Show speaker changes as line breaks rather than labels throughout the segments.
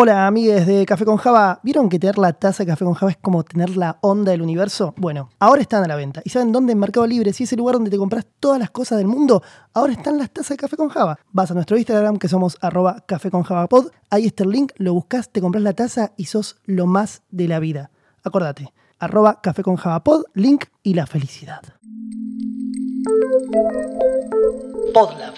Hola amigues de Café con Java. ¿Vieron que tener la taza de Café con Java es como tener la onda del universo? Bueno, ahora están a la venta. ¿Y saben dónde? En Mercado Libre, si es el lugar donde te compras todas las cosas del mundo, ahora están las tazas de Café con Java. Vas a nuestro Instagram que somos arroba café con Java pod. Ahí está el link, lo buscas, te compras la taza y sos lo más de la vida. Acordate, arroba café con Java pod, link y la felicidad.
Podlab.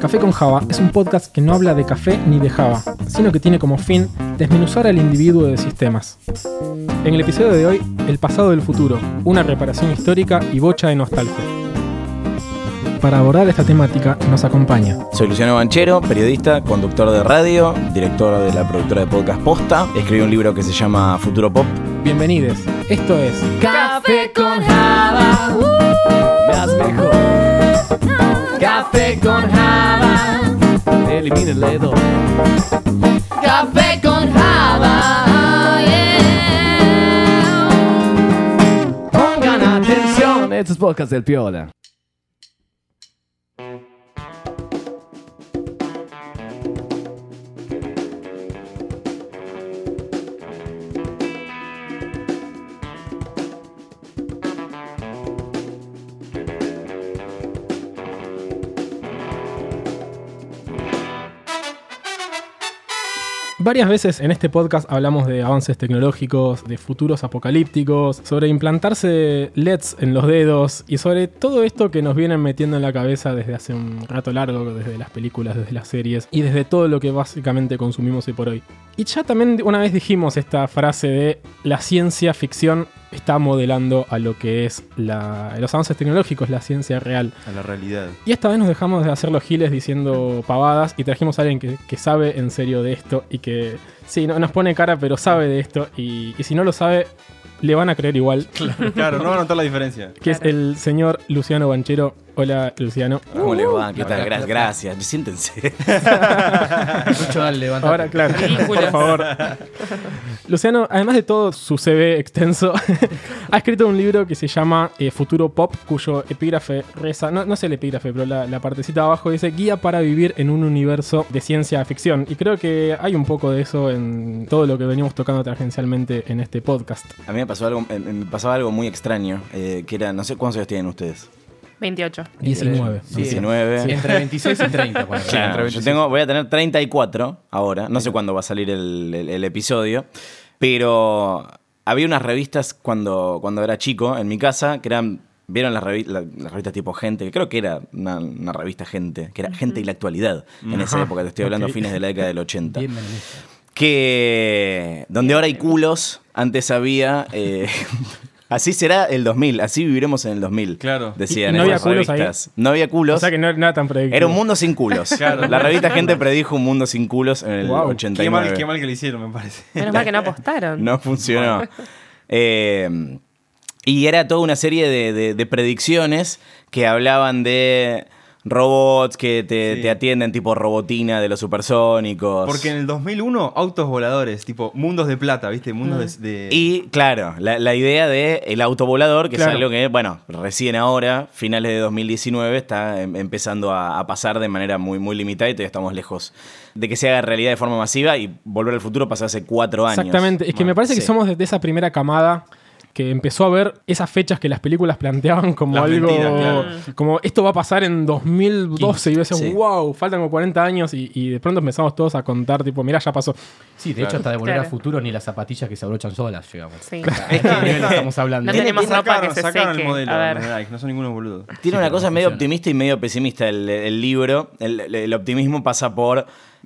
Café con Java es un podcast que no habla de café ni de Java, sino que tiene como fin desmenuzar al individuo de sistemas. En el episodio de hoy, El pasado del futuro, una reparación histórica y bocha de nostalgia. Para abordar esta temática nos acompaña
Soy Luciano Banchero, periodista, conductor de radio, director de la productora de podcast Posta. Escribí un libro que se llama Futuro Pop.
Bienvenides, esto es
Café con Java.
Me hace mejor. Café con Java. Elimina el dedo.
Café con Java. yeah. Mm.
Pongan atención. Estos podcasts del Piola.
Varias veces en este podcast hablamos de avances tecnológicos, de futuros apocalípticos, sobre implantarse LEDs en los dedos y sobre todo esto que nos vienen metiendo en la cabeza desde hace un rato largo, desde las películas, desde las series y desde todo lo que básicamente consumimos hoy por hoy. Y ya también una vez dijimos esta frase de la ciencia ficción está modelando a lo que es la- los avances tecnológicos, la ciencia real.
A la realidad.
Y esta vez nos dejamos de hacer los giles diciendo pavadas y trajimos a alguien que, que sabe en serio de esto y que, sí, no, nos pone cara, pero sabe de esto y, y si no lo sabe, le van a creer igual,
Claro, no van a notar la diferencia.
que es el señor Luciano Banchero. Hola, Luciano.
¿Cómo les va? ¿Qué
Hola,
tal?
hola,
Gra-
hola.
gracias, siéntense.
Ahora, claro, por favor. Luciano, además de todo su CV extenso, ha escrito un libro que se llama eh, Futuro Pop, cuyo epígrafe reza, no, no sé el epígrafe, pero la, la partecita de abajo dice Guía para vivir en un universo de ciencia ficción. Y creo que hay un poco de eso en todo lo que venimos tocando tangencialmente en este podcast.
A mí me pasó algo, eh, me pasaba algo muy extraño, eh, que era, no sé cuántos años tienen ustedes.
28.
19.
Sí.
19.
Entre 26 y 30. por ahí. Entre
Claro, yo
26.
tengo, voy a tener 34 ahora. No sé cuándo va a salir el, el- el episodio. Pero había unas revistas cuando, cuando era chico en mi casa que eran. ¿Vieron las, revi- la- las revistas tipo Gente? Que creo que era una, una revista Gente, que era Gente y la Actualidad. En esa época, te estoy hablando fines de la década del 80. Que. Donde ahora hay culos, antes había. eh, así será el 2000, así viviremos en el 2000.
Claro.
Decían
¿Y- y no había
esas
culos ahí?
revistas. No había culos.
O sea que no era nada tan predictivo.
Era un mundo sin culos. La revista Gente predijo un mundo sin culos en el
Guau, qué
Qué
89.
mal, qué mal que le hicieron, me parece.
Menos mal que no apostaron.
No funcionó. Eh, y era toda una serie de, de- de predicciones que hablaban de robots que te,
Sí.
te atienden, tipo robotina de los supersónicos.
Porque en el 2001, autos voladores, tipo mundos de plata, ¿viste?
Mm.
Mundos de. de-
Y claro, la, la idea de el autovolador, que es
Claro.
algo que, bueno, recién ahora, finales de 2019, está em- empezando a, a pasar de manera muy, muy limitada y todavía estamos lejos de que se haga realidad de forma masiva y volver al futuro pasó hace cuatro años.
Exactamente, es que me
Bueno,
parece que
sí.
somos de de esa primera camada que empezó a ver esas fechas que las películas planteaban como
Las
algo
mentiras, claro.
como esto va a pasar en 2012 y veces
Sí.
wow, faltan como 40 años y, y de pronto empezamos todos a contar tipo, mira, ya pasó.
Sí, de hecho, hasta de volver
Claro.
a futuro ni las zapatillas que se abrochan solas llegamos.
Eh,
Sí. Eh,
¿A qué nivel estamos hablando?
No tenemos
Sacaron-
ropa que se
sacaron
seque.
el modelo,
A ver.
la verdad, que no son ningunos boludos.
Tiene una
pero no
cosa medio
funciona.
optimista y medio pesimista el, el libro. El, el- el optimismo pasa por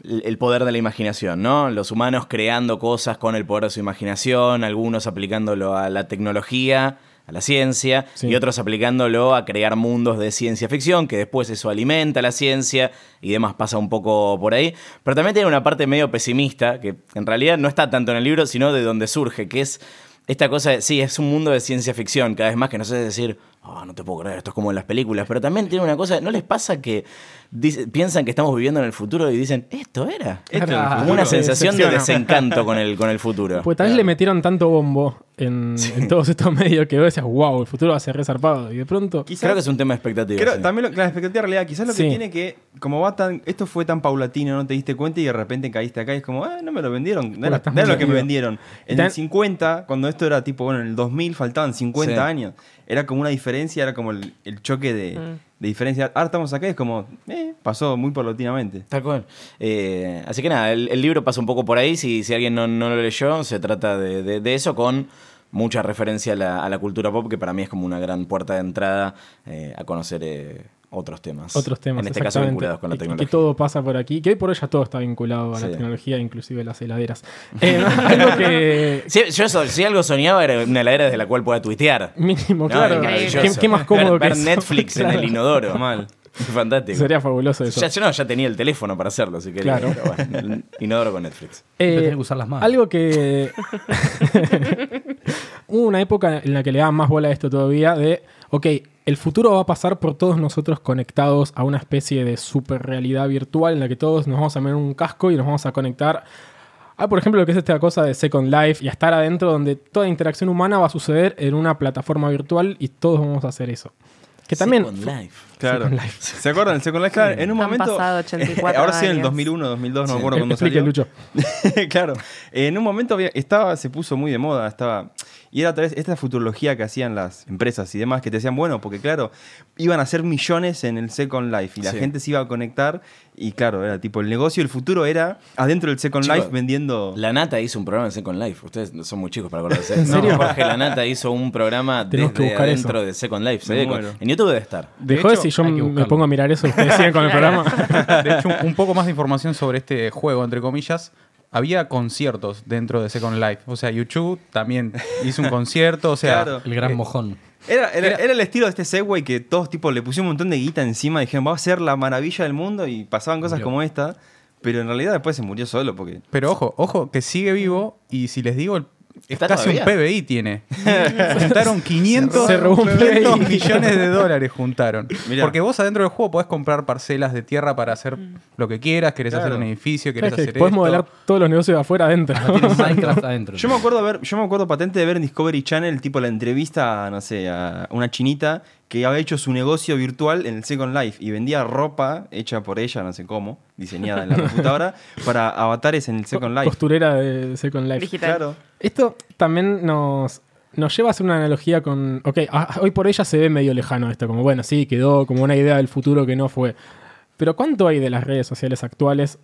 el el poder de la imaginación, ¿no? Los humanos creando cosas con el poder de su imaginación, algunos aplicándolo a la tecnología, a la ciencia,
Sí.
y otros aplicándolo a crear mundos de ciencia ficción, que después eso alimenta la ciencia y demás pasa un poco por ahí. Pero también tiene una parte medio pesimista, que en realidad no está tanto en el libro, sino de donde surge, que es... Esta cosa, de- sí, es un mundo de ciencia ficción, cada vez más que no sé decir, "Ah, no te puedo creer, esto es como en las películas. Pero también tiene una cosa, ¿no les pasa que dice- piensan que estamos viviendo en el futuro y dicen, esto era?
Esto es el
Ah,
Como
futuro.
una sensación de
decepciona.
desencanto con el, con el futuro.
Pues tal vez le metieron tanto bombo en, en todos estos medios que vos decías, wow, el futuro va a ser resarpado. Y de pronto.
Quizás-
Creo que es un tema de expectativa.
Creo-
sí.
también lo- la expectativa de realidad, quizás lo
Sí.
que tiene que, como va tan, esto fue tan paulatino, no te diste cuenta y de repente caíste acá y es como, ah, no me lo vendieron, no era,
estás
no era
muy
lo que me
metido.
vendieron. En
Tan-
el 50, cuando esto era tipo, bueno, en el 2000 faltaban 50
Sí.
años, era como una diferencia, era como el, el choque de,
Mm.
de diferencia. Ahora estamos acá y es como, eh, pasó muy paulatinamente.
Tal cual. Eh, así que nada, el, el libro pasa un poco por ahí. Si, si alguien no, no lo leyó, se trata de, de- de eso con mucha referencia a la, a la cultura pop, que para mí es como una gran puerta de entrada eh, a conocer eh, otros temas.
Otros temas.
En este caso
exactamente.
vinculados con
Y
la
que-
tecnología.
Que todo pasa por aquí. Que hoy por hoy ya todo está vinculado a la
Sí.
tecnología, inclusive las heladeras. Eh, algo que.
Si, yo so- si algo soñaba era una heladera desde la cual pueda tuitear.
Mínimo,
No,
claro.
maravilloso.
¿Qué, qué más cómodo
ver,
que
ver
eso?
Netflix en
Claro.
el inodoro.
Mal.
Fantástico.
Sería fabuloso eso.
ya, yo no, ya tenía el teléfono para hacerlo, así que
Claro.
pero bueno, el inodoro con Netflix.
Pero tenés que usar las manos.
Eh, Algo que. Hubo una época en la que le daban más bola a esto todavía de. Ok, el futuro va a pasar por todos nosotros conectados a una especie de super realidad virtual en la que todos nos vamos a poner un casco y nos vamos a conectar. a, por ejemplo, lo que es esta cosa de Second Life y a estar adentro donde toda interacción humana va a suceder en una plataforma virtual y todos vamos a hacer eso. Que también.
Second Life.
Claro.
Second Life.
¿Se acuerdan? El Second Life, claro, en un
Han
momento. eh,
pasado 84
ahora sí, en el
años.
2001, 2002, no me acuerdo
Eh,
cuándo
explique,
salió.
Lucho.
claro. En un momento había- estaba, se puso muy de moda, estaba. Y era otra vez esta futurología que hacían las empresas y demás, que te decían, bueno, porque claro, iban a ser millones en el Second Life y la
Sí.
gente se iba a conectar. Y claro, era tipo el negocio, el futuro era adentro del Second
Chicos,
Life vendiendo.
La Nata hizo un programa en Second Life. Ustedes son muy chicos para acordarse. ¿En
serio?
Jorge La Nata hizo un programa
Tenemos que
desde
buscar
adentro
eso.
de Second Life. Se
Me
ve con-
muero.
en YouTube debe estar.
Dejó de si yo
hay que
me
buscarlo.
pongo a mirar eso, ustedes siguen con el programa.
De hecho, un, un poco más de información sobre este juego, entre comillas. Había conciertos dentro de Second Life. O sea, YouTube también hizo un concierto. O sea,
Claro.
El gran mojón.
Era, era- era el estilo de este Segway que todos tipo le pusieron un montón de guita encima y dijeron, va a ser la maravilla del mundo y pasaban cosas
Murió.
como esta. Pero en realidad después se murió solo porque
pero ojo, ojo, que sigue vivo. Y si les digo, el- es
¿Está
casi
todavía?
un PBI tiene. juntaron 500,
Se robó un
500
PBI.
millones de dólares. Juntaron.
Mirá.
Porque vos adentro del juego podés comprar parcelas de tierra para hacer lo que quieras. Querés
Claro.
hacer un edificio,
Mm.
querés
Claro, que
hacer
Podés
esto.
modelar todos los negocios de afuera adentro.
Tiene Minecraft adentro.
Yo me acuerdo ver, yo me acuerdo patente de ver en Discovery Channel tipo la entrevista, a, no sé, a una chinita que había hecho su negocio virtual en el Second Life y vendía ropa hecha por ella, no sé cómo, diseñada en la computadora para avatares en el Second Life.
Costurera de Second Life.
Digital.
Claro.
Esto también nos, nos lleva a hacer una analogía con. Ok, a- hoy por ella se ve medio lejano esto, como bueno, sí, quedó como una idea del futuro que no fue. Pero ¿cuánto hay de las redes sociales actuales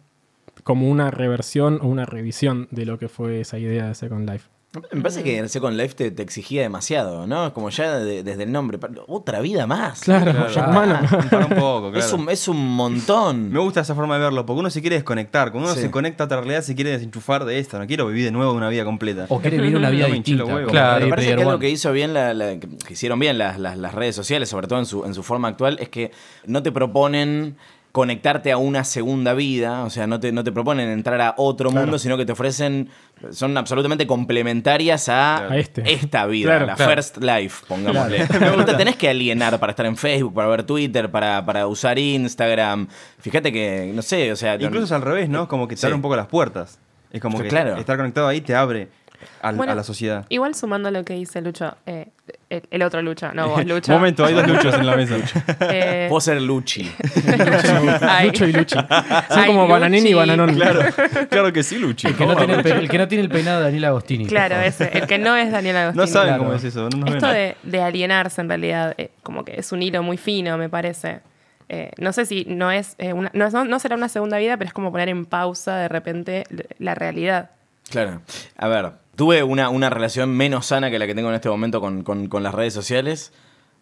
como una reversión o una revisión de lo que fue esa idea de Second Life?
Me parece que en Second Life te, te exigía demasiado, ¿no? Es Como ya de- desde el nombre. pa- Otra vida más.
Claro, ya, hermano.
Para un poco, claro.
Es un, es un montón.
Me gusta esa forma de verlo, porque uno se quiere desconectar. Cuando uno
Sí.
se conecta a otra realidad, se quiere desenchufar de esta. No quiero vivir de nuevo una vida completa.
O quiere vivir una vida
No me hinché los
distinta.
huevos.
como
Claro,
Ready
me
Me parece
Player
que algo
One.
que hizo bien la- la- que hicieron bien las, las- las redes sociales, sobre todo en su, en su forma actual, es que no te proponen conectarte a una segunda vida, o sea, no te, no te proponen entrar a otro mundo, sino que te ofrecen, son absolutamente complementarias a,
A este.
esta vida,
Claro,
la
claro.
first life, pongámosle. No te tenés que alienar para estar en Facebook, para ver Twitter, para, para usar Instagram. Fíjate que, no sé, o sea...
Incluso es al revés, ¿no? Es como que te
Sí.
abre un poco las puertas. Es como
Pero
que
claro.
estar conectado ahí te abre al-
Bueno,
a la sociedad.
Igual sumando lo que dice Lucho, eh, el, el otro Lucho, no vos, Lucho.
Momento, hay dos luchos en la mesa.
Eh,
Puedo ser Luchi.
ay.
Lucho y Luchi. Son
Ay,
como
Luchi.
bananini y bananón.
Claro, claro que sí, Luchi.
El que, no tiene el, pe- el que no tiene el peinado de Daniel Agostini. por
Claro,
favor.
ese, el que no es Daniel Agostini.
No saben
Claro.
cómo es eso, no nos
Esto
ven.
de, de alienarse en realidad, eh, como que es un hilo muy fino, me parece. Eh, no sé si no es, eh, una- no, es- no- no será una segunda vida, pero es como poner en pausa de repente l- la realidad.
Claro. A ver, tuve una, una relación menos sana que la que tengo en este momento con, con- con las redes sociales.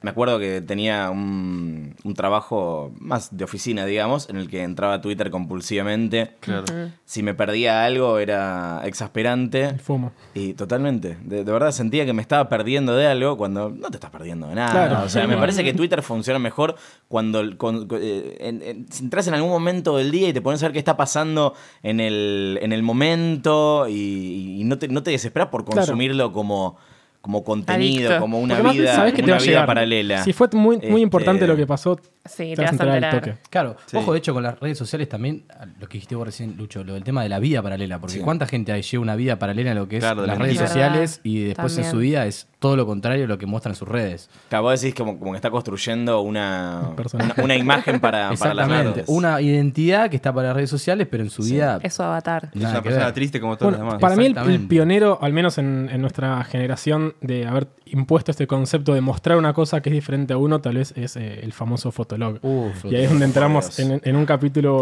Me acuerdo que tenía un, un trabajo más de oficina, digamos, en el que entraba a Twitter compulsivamente.
Claro.
Si me perdía algo era exasperante.
El FOMO.
Y totalmente. De, de verdad sentía que me estaba perdiendo de algo cuando no te estás perdiendo de nada.
Claro.
O sea, me parece que Twitter funciona mejor cuando el- con- con- eh, en- en- si entras en algún momento del día y te pones a ver qué está pasando en el, en el momento y, y no, te, no te desesperas por
Claro.
consumirlo como, como contenido,
Adicto.
como una
Porque aparte
vida,
sabés que te
una
va a
vida
llegar.
paralela. Este,
Si fue muy, muy importante lo que pasó,
Sí,
te
te
vas a
vas a
enterar al
enterar.
toque.
Claro,
Sí.
ojo, de hecho, con las redes sociales también, a lo que dijiste vos recién, Lucho, lo del tema de la vida paralela, porque
Sí.
cuánta gente ahí lleva una vida paralela a lo que es
Claro,
las
también.
redes
Es
verdad,
sociales y después en su
también.
vida es todo lo contrario a lo que muestran en sus redes.
Claro, vos decís como, como que está construyendo una,
Personaje.
una, una imagen para, Ah, para las
Exactamente,
redes.
una identidad que está para las redes sociales, pero en su vida...
Es su avatar.
nada que ver.
Bueno, Para mí, el- el, pionero, al menos en, en nuestra generación, de haber impuesto este concepto de mostrar una cosa que es diferente a uno, tal vez es eh, el famoso Fotolog. y ahí es donde entramos en, en un capítulo.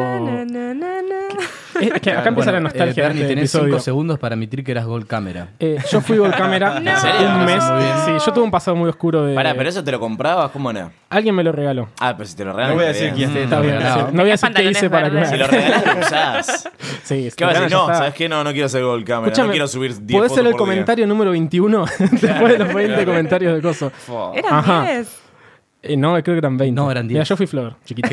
Que- es que acá empieza la nostalgia
Eh,
de
Bernie,
este
tenés
episodio.
5 segundos para admitir que eras Gold Camera.
Eh, yo fui Gold Camera
¿En serio?
un mes.
Muy bien.
Sí, yo tuve un pasado muy oscuro de.
Pará, pero eso te lo comprabas, ¿cómo era?
Alguien me lo regaló.
Ah, pero si te lo regalan.
No voy a
está
decir
bien.
quién te Está lo bien, regalaba. sí. No voy a decir qué hice para que me
Si
hagan.
lo regalas, lo usás.
Sí,
¿Qué vas
claro,
a decir?
ya
No,
está.
¿sabes qué? No, no quiero ser gol camera.
Escuchame,
no quiero subir 10
¿Podés
fotos
ser el
por día.
comentario número 21 después de los 20
Claro.
comentarios de coso?
¿Eran
Ajá.
10?
Eh, no, creo que eran 20. No, eran 10. Mira, yo fui Flor, chiquita.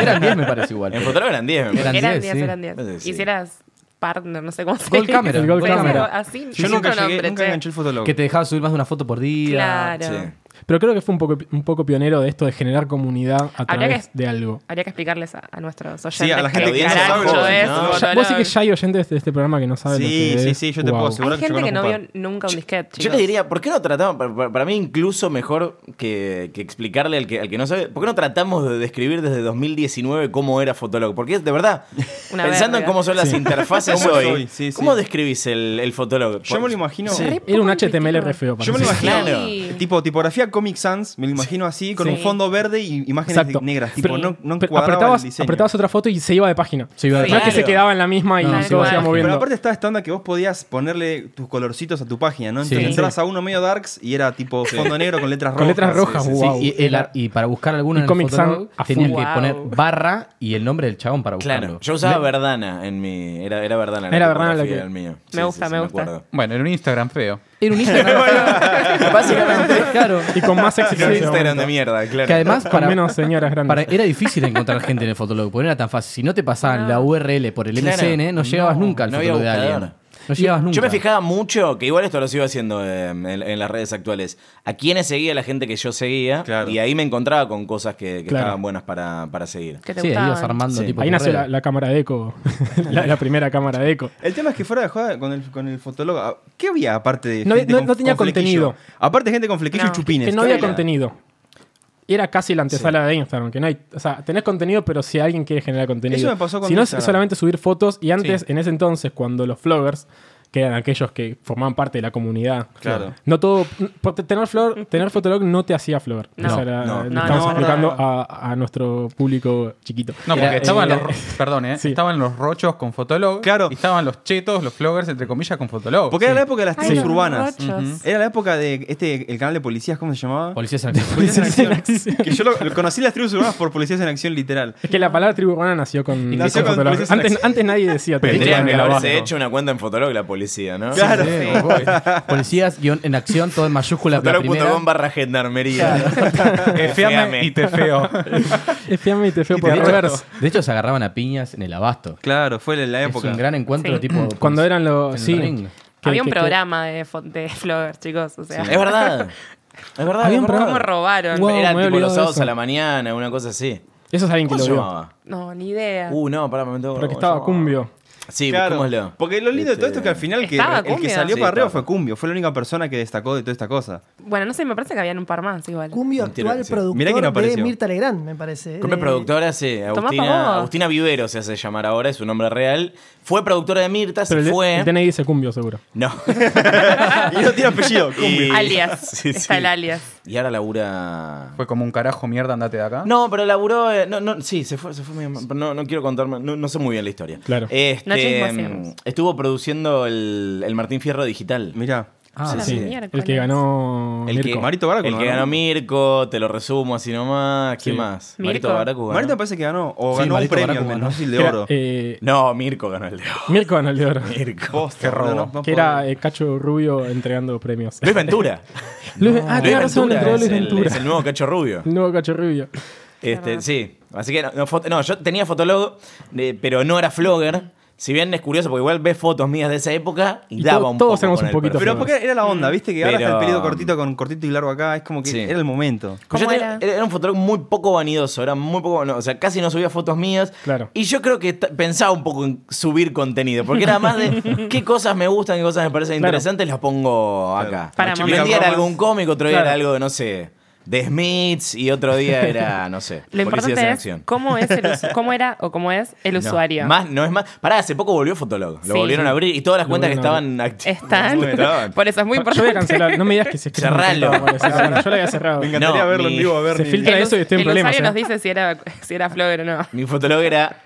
eran
10 me parece igual.
En Fotolog eran 10, me parece.
Eran 10, eran 10.
Pues Sí.
Y si eras partner, no sé cómo se
Gold
dice.
Camera, Gold
Pero
Camera.
Así,
Yo nunca
siento
llegué-
nombre,
nunca
che.
enganché el Fotolog. Que te dejaba subir más de una foto por día.
Claro. Sí.
Pero creo que fue un poco, un poco pionero de esto de generar comunidad a
Habría
través
que-
de algo.
Habría que explicarles a, a nuestros oyentes.
Sí, a la gente
qué
que no sabe,
carajo
joven,
es
¿no?
Fotolog.
Vos sí que ya hay oyentes de este programa que no saben
Sí,
lo que
sí,
es.
sí, yo te puedo asegurar.
Hay
Seguro que
gente
yo
que no
conozco
vio nunca un disquete.
Yo
chicos.
te diría, ¿por qué no tratamos, para- para, para mí incluso mejor que, que explicarle al que, al que no sabe, ¿por qué no tratamos de describir desde 2019 cómo era Fotolog? Porque es de verdad,
Una
pensando en
verga.
cómo son las
Sí.
interfaces
¿Cómo
hoy,
soy? Sí, sí.
¿cómo describís el, el Fotolog?
Yo me lo imagino.
Sí.
Era un HTML re feo.
Yo me lo
parece.
imagino.
Claro.
Tipo tipografía Comic Sans, me lo imagino así, con
Sí.
un fondo verde y imágenes
Exacto.
negras. Tipo,
Pero-
no, no
pero
encuadraba
apretabas,
el diseño.
apretabas otra foto y se iba de página.
iba
no
de
es que
página.
se quedaba en la misma y
No,
todo se iba
Pero
moviendo.
aparte estaba esta onda que vos podías ponerle tus colorcitos a tu página, ¿no? Entonces
Sí.
entras a uno medio darks y era tipo fondo negro con letras rojas.
Con letras rojas,
Sí, sí, sí.
wow.
Y, el ar- y para buscar
Y
alguno en el
Comic Sans
Fotolog,
a
tenías
full.
que
Wow.
poner barra y el nombre del chabón para buscarlo.
Claro, yo usaba Verdana en mi. Era, era Verdana.
Era
la
Verdana la
tipografía
que-
del mío.
Me gusta, me gusta.
acuerdo.
Bueno, era un Instagram feo.
Era un Instagram.
Básicamente.
Claro.
Y con más éxito.
Era un Instagram de mierda, claro.
Que además
Con
para,
menos señoras grandes.
para- era difícil encontrar gente en el Fotolog, porque no era tan fácil. Si no te pasaban la URL por el
Claro.
MCN, no llegabas nunca al
no había
Fotolog de alguien.
buscador.
No llegabas nunca.
Yo me fijaba mucho, que igual esto lo sigo haciendo eh, en, en las redes actuales, a quienes seguía la gente que yo seguía, y ahí me encontraba con cosas que, que
Claro.
estaban buenas para, para seguir.
Que
te Sí, ahí gustaban. ibas armando tipo
Ahí nació
correo.
la, la cámara de eco. la, la primera cámara de eco.
El tema es que fuera de joda con el, con el fotólogo, ah, ¿qué había aparte de
No,
gente
no-
con-
no tenía
con flequillo?
contenido.
Aparte gente con flequillo y chupines.
Que no
¿qué
había contenido. Era casi la antesala de Instagram, que no hay, o sea, tenés contenido, pero si alguien quiere generar contenido.
Eso me pasó con
Si no es
Instagram.
solamente subir fotos y antes
Sí.
en ese entonces cuando los vloggers que eran aquellos que formaban parte de la comunidad.
Claro.
No todo por te- tener flor, tener fotolog no te hacía flor.
No.
Esa era-
No,
le
no,
estamos
no,
explicando
no,
A, a nuestro público chiquito.
No, porque
Era-
estaban,
eh,
los, perdón, ¿eh? estaban los rochos con Fotolog. Claro. Y estaban los chetos, los floggers, entre comillas, con Fotolog.
Porque era la época de las
Sí.
tribus urbanas.
Ujú.
Ujú. Era la época de este el canal de policías, ¿cómo se llamaba?
Policías en acción.
que yo lo, lo conocí las tribus urbanas por policías en acción literal.
Es que la palabra tribu urbana nació con,
Nació
con
con
Fotolog.
Policías en
Antes,
Acción.
antes nadie decía tribu
Tendrían que
urbana.
haberse hecho una cuenta en Fotolog la policía, ¿no?
Claro.
Sí, obvio. Policías, guión en acción, todo en mayúscula. la primera.
Fotolog.com barra gendarmería.
Efeame y te feo.
Efeame y te feo
Y
por
de,
reverso.
hecho, de hecho, se agarraban a piñas en el abasto.
Claro, fue la
época. Es un gran encuentro
Sí.
tipo.
Cuando eran los.
en el
Sí.
ring.
Había un
que- que-
programa de, fo- de Flogger, chicos. O sea,
Es verdad. Es verdad.
Había un
es verdad.
programa.
¿Cómo robaron?
Wow, me
Era
había
tipo
olvidado
los
de
sábados
eso.
a la mañana, una cosa así.
Eso es alguien que
¿Cómo
lo
se
vio.
llamaba?
No, ni idea.
Uh, no, pará, me tengo
Porque
¿cómo se
estaba
llamaba?
Cumbio.
Sí,
Claro,
busquémoslo.
Porque lo lindo de todo
Este,
esto es que al final que
Estaba
el que
Cumbio.
salió
Sí,
para arriba
estaba.
fue Cumbio, fue la única persona que destacó de toda esta cosa.
Bueno, no sé, me parece que habían un par más igual.
Cumbio
Mentira,
actual
sí. Mirá que no
productor de
apareció.
Mirta Legrand, me parece. eh,
Cumbia
Eh,
De-
productora, sí.
Tomá
Agustina,
Pavón.
Agustina Vivero se hace llamar ahora, es su nombre real. Fue productora de Mirta,
Pero
se
el,
fue.
el DNI dice Cumbio, seguro.
No.
y no tiene apellido,
Y-
Alias.
Sí, sí.
Está el alias.
Y ahora labura.
Fue como un carajo, mierda, andate de acá.
No, pero laburó. eh, no, no, sí, se fue, se fue medio mal, pero No, no quiero contarme. No, no sé muy bien la historia.
Claro.
Este,
No chismoseemos.
estuvo produciendo el, el Martín Fierro Digital.
Mirá.
Ah,
Sí,
sí.
sí.
El que ganó.
El que,
Mirko.
el que ganó Mirko, te lo resumo así nomás. ¿Quién más? Marito Baracu ganó.
Marito parece que ganó. O
Sí,
ganó
Marito
un premio,
Baracu
al menos,
ganó.
no sé si el de
eh,
Era,
oro.
No, Mirko ganó el de oro.
Mirko ganó el de oro.
Mirko.
Qué robo.
No, que era eh, Cacho Rubio entregando premios.
Luis Ventura.
Luis, ah, tenés razón, le entregó a
es,
Luis
el,
Ventura.
es el nuevo cacho rubio.
Nuevo Cacho Rubio.
Este, sí. Así que no, no, foto- no, yo tenía Fotolog, eh, pero no era Flogger. Si bien es curioso, porque igual ves fotos mías de esa época y,
Y
daba
to-
un
todos
poco.
éramos
con
un
el
poquito
perfil.
Pero porque era la onda, viste que ahora
Pero-
está el periodo cortito con cortito y largo acá, es como que
Sí.
era el momento.
Yo
¿Cómo
tenía- era? un fotógrafo muy poco vanidoso, era muy poco, no, o sea, casi no subía fotos mías.
Claro.
Y yo creo que t- pensaba un poco en subir contenido, porque era más de qué cosas me gustan, qué cosas me parecen
Claro.
interesantes, las pongo acá.
Para
Un
momentos.
día era algún cómico, otro día
Claro.
era algo, no sé, de Smiths, y otro día era, no sé,
Lo
Policías en
importante es
acción.
cómo, es el usu- cómo era o cómo es el
No,
usuario.
Más, no es más. Pará, hace poco volvió Fotolog. Lo
Sí.
volvieron a abrir y todas las
Lo
cuentas que
volvieron
estaban activas. pues,
Están.
Bueno.
Por eso es muy
Yo voy a
importante.
cancelar. No me digas que se escribe.
Cerralo.
Yo la había cerrado.
Me encantaría
No,
verlo en
mi-
vivo a ver
se
ni-
filtra. Entra
El
eso y
us-
estoy en
el
problemas,
usuario
¿eh?
nos dice si era, si era Flogger o no.
Mi Fotolog era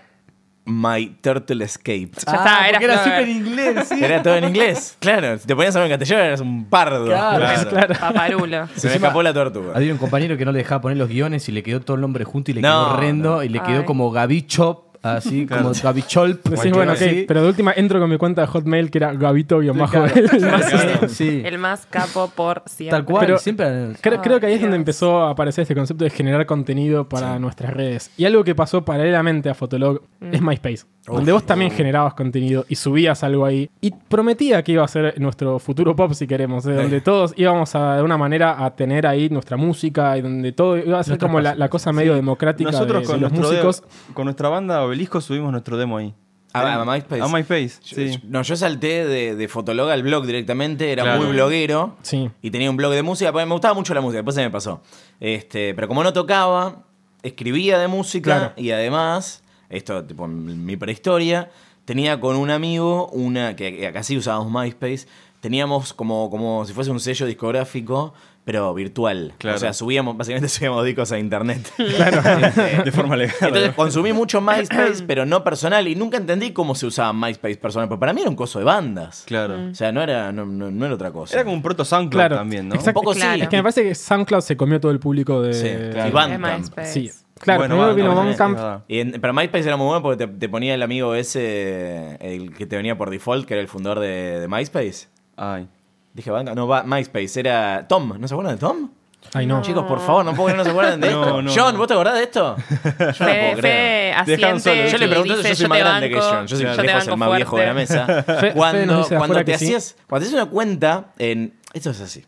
My Turtle Escaped.
Ya está, era,
Ah, porque era
Flogger.
súper inglés, sí.
Era todo en inglés. Claro, si te ponías a hablar en castellano eras un pardo.
Claro,
Paparulo.
Se me escapó la tortuga.
Había un compañero que no le dejaba poner los guiones y le quedó todo el nombre junto y le
No,
quedó horrendo y le quedó
Ay.
como Gaby Chop, así como Gaby Cholp.
Decís, bueno, ok,
así.
pero de última entro con mi cuenta de Hotmail que era Gabito guión bajo
Claro,
él. Más-
claro, sí.
El más capo por siempre.
Tal cual,
Pero-
siempre.
Creo, creo que ahí es donde
Dios.
empezó a aparecer este concepto de generar contenido para nuestras redes. Y algo que pasó paralelamente a Fotolog es MySpace, donde vos también
oh.
generabas contenido y subías algo ahí. Y prometía que iba a ser nuestro futuro pop, si queremos, de
Eh.
donde todos íbamos a, de una manera a tener ahí nuestra música y donde todo iba a ser
Nuestro
como la,
espacio,
la cosa medio democrática de-
Nosotros
de,
con,
los
nuestro de-
músicos.
con nuestra banda Obelisco subimos nuestro demo ahí.
Ah,
¿Eh?
A- a MySpace.
A MySpace,
Yo-
sí.
yo- no, yo salté de, de Fotolog al blog directamente, era
Claro.
muy bloguero
Sí.
y tenía un blog de música, porque me gustaba mucho la música, después se me pasó. Este, pero como no tocaba, escribía de música
Claro.
y además, esto tipo en mi prehistoria, tenía con un amigo, una que, que acá sí usábamos MySpace, teníamos como, como si fuese un sello discográfico, pero virtual.
Claro.
O sea, subíamos, básicamente subíamos discos a internet. Este,
De forma legal.
Entonces consumí mucho MySpace, pero no personal. Y nunca entendí cómo se usaba MySpace personal. Porque para mí era un coso de bandas.
claro.
O sea, no era, no, no- no era otra cosa.
Era como un proto SoundCloud
Claro,
también, ¿no?
exacto.
Un poco
Claro.
sí.
Es que me parece que SoundCloud se comió todo el público de.
Sí, claro. Y
De
Bandcamp.
MySpace.
Sí. Claro,
Bueno,
primero
va,
vino
también, es
Bandcamp.
verdad.
Y en- pero MySpace era muy bueno porque te, te ponía el amigo ese, el que te venía por default, que era el fundador de, de MySpace.
Ay.
Dije, Bandcamp. no, va- MySpace era Tom. ¿No se acuerdan de Tom?
Ay, no.
Chicos, por favor, no puedo creer que no se acuerdan de
No,
esto.
no,
John,
no.
¿vos te acordás de esto? Yo no puedo
Fede,
creer.
Fede asiente
solo.
Yo le
y
pregunté,
dice,
yo soy más
te
grande que
banco,
John. Yo soy
te
lejos el
banco
más viejo de la
fuerte.
Fe-
mesa.
Fede nos
Cuando,
dice de
cuando
afuera
te
que sí.
hacías, cuando te haces una cuenta en. Esto es así.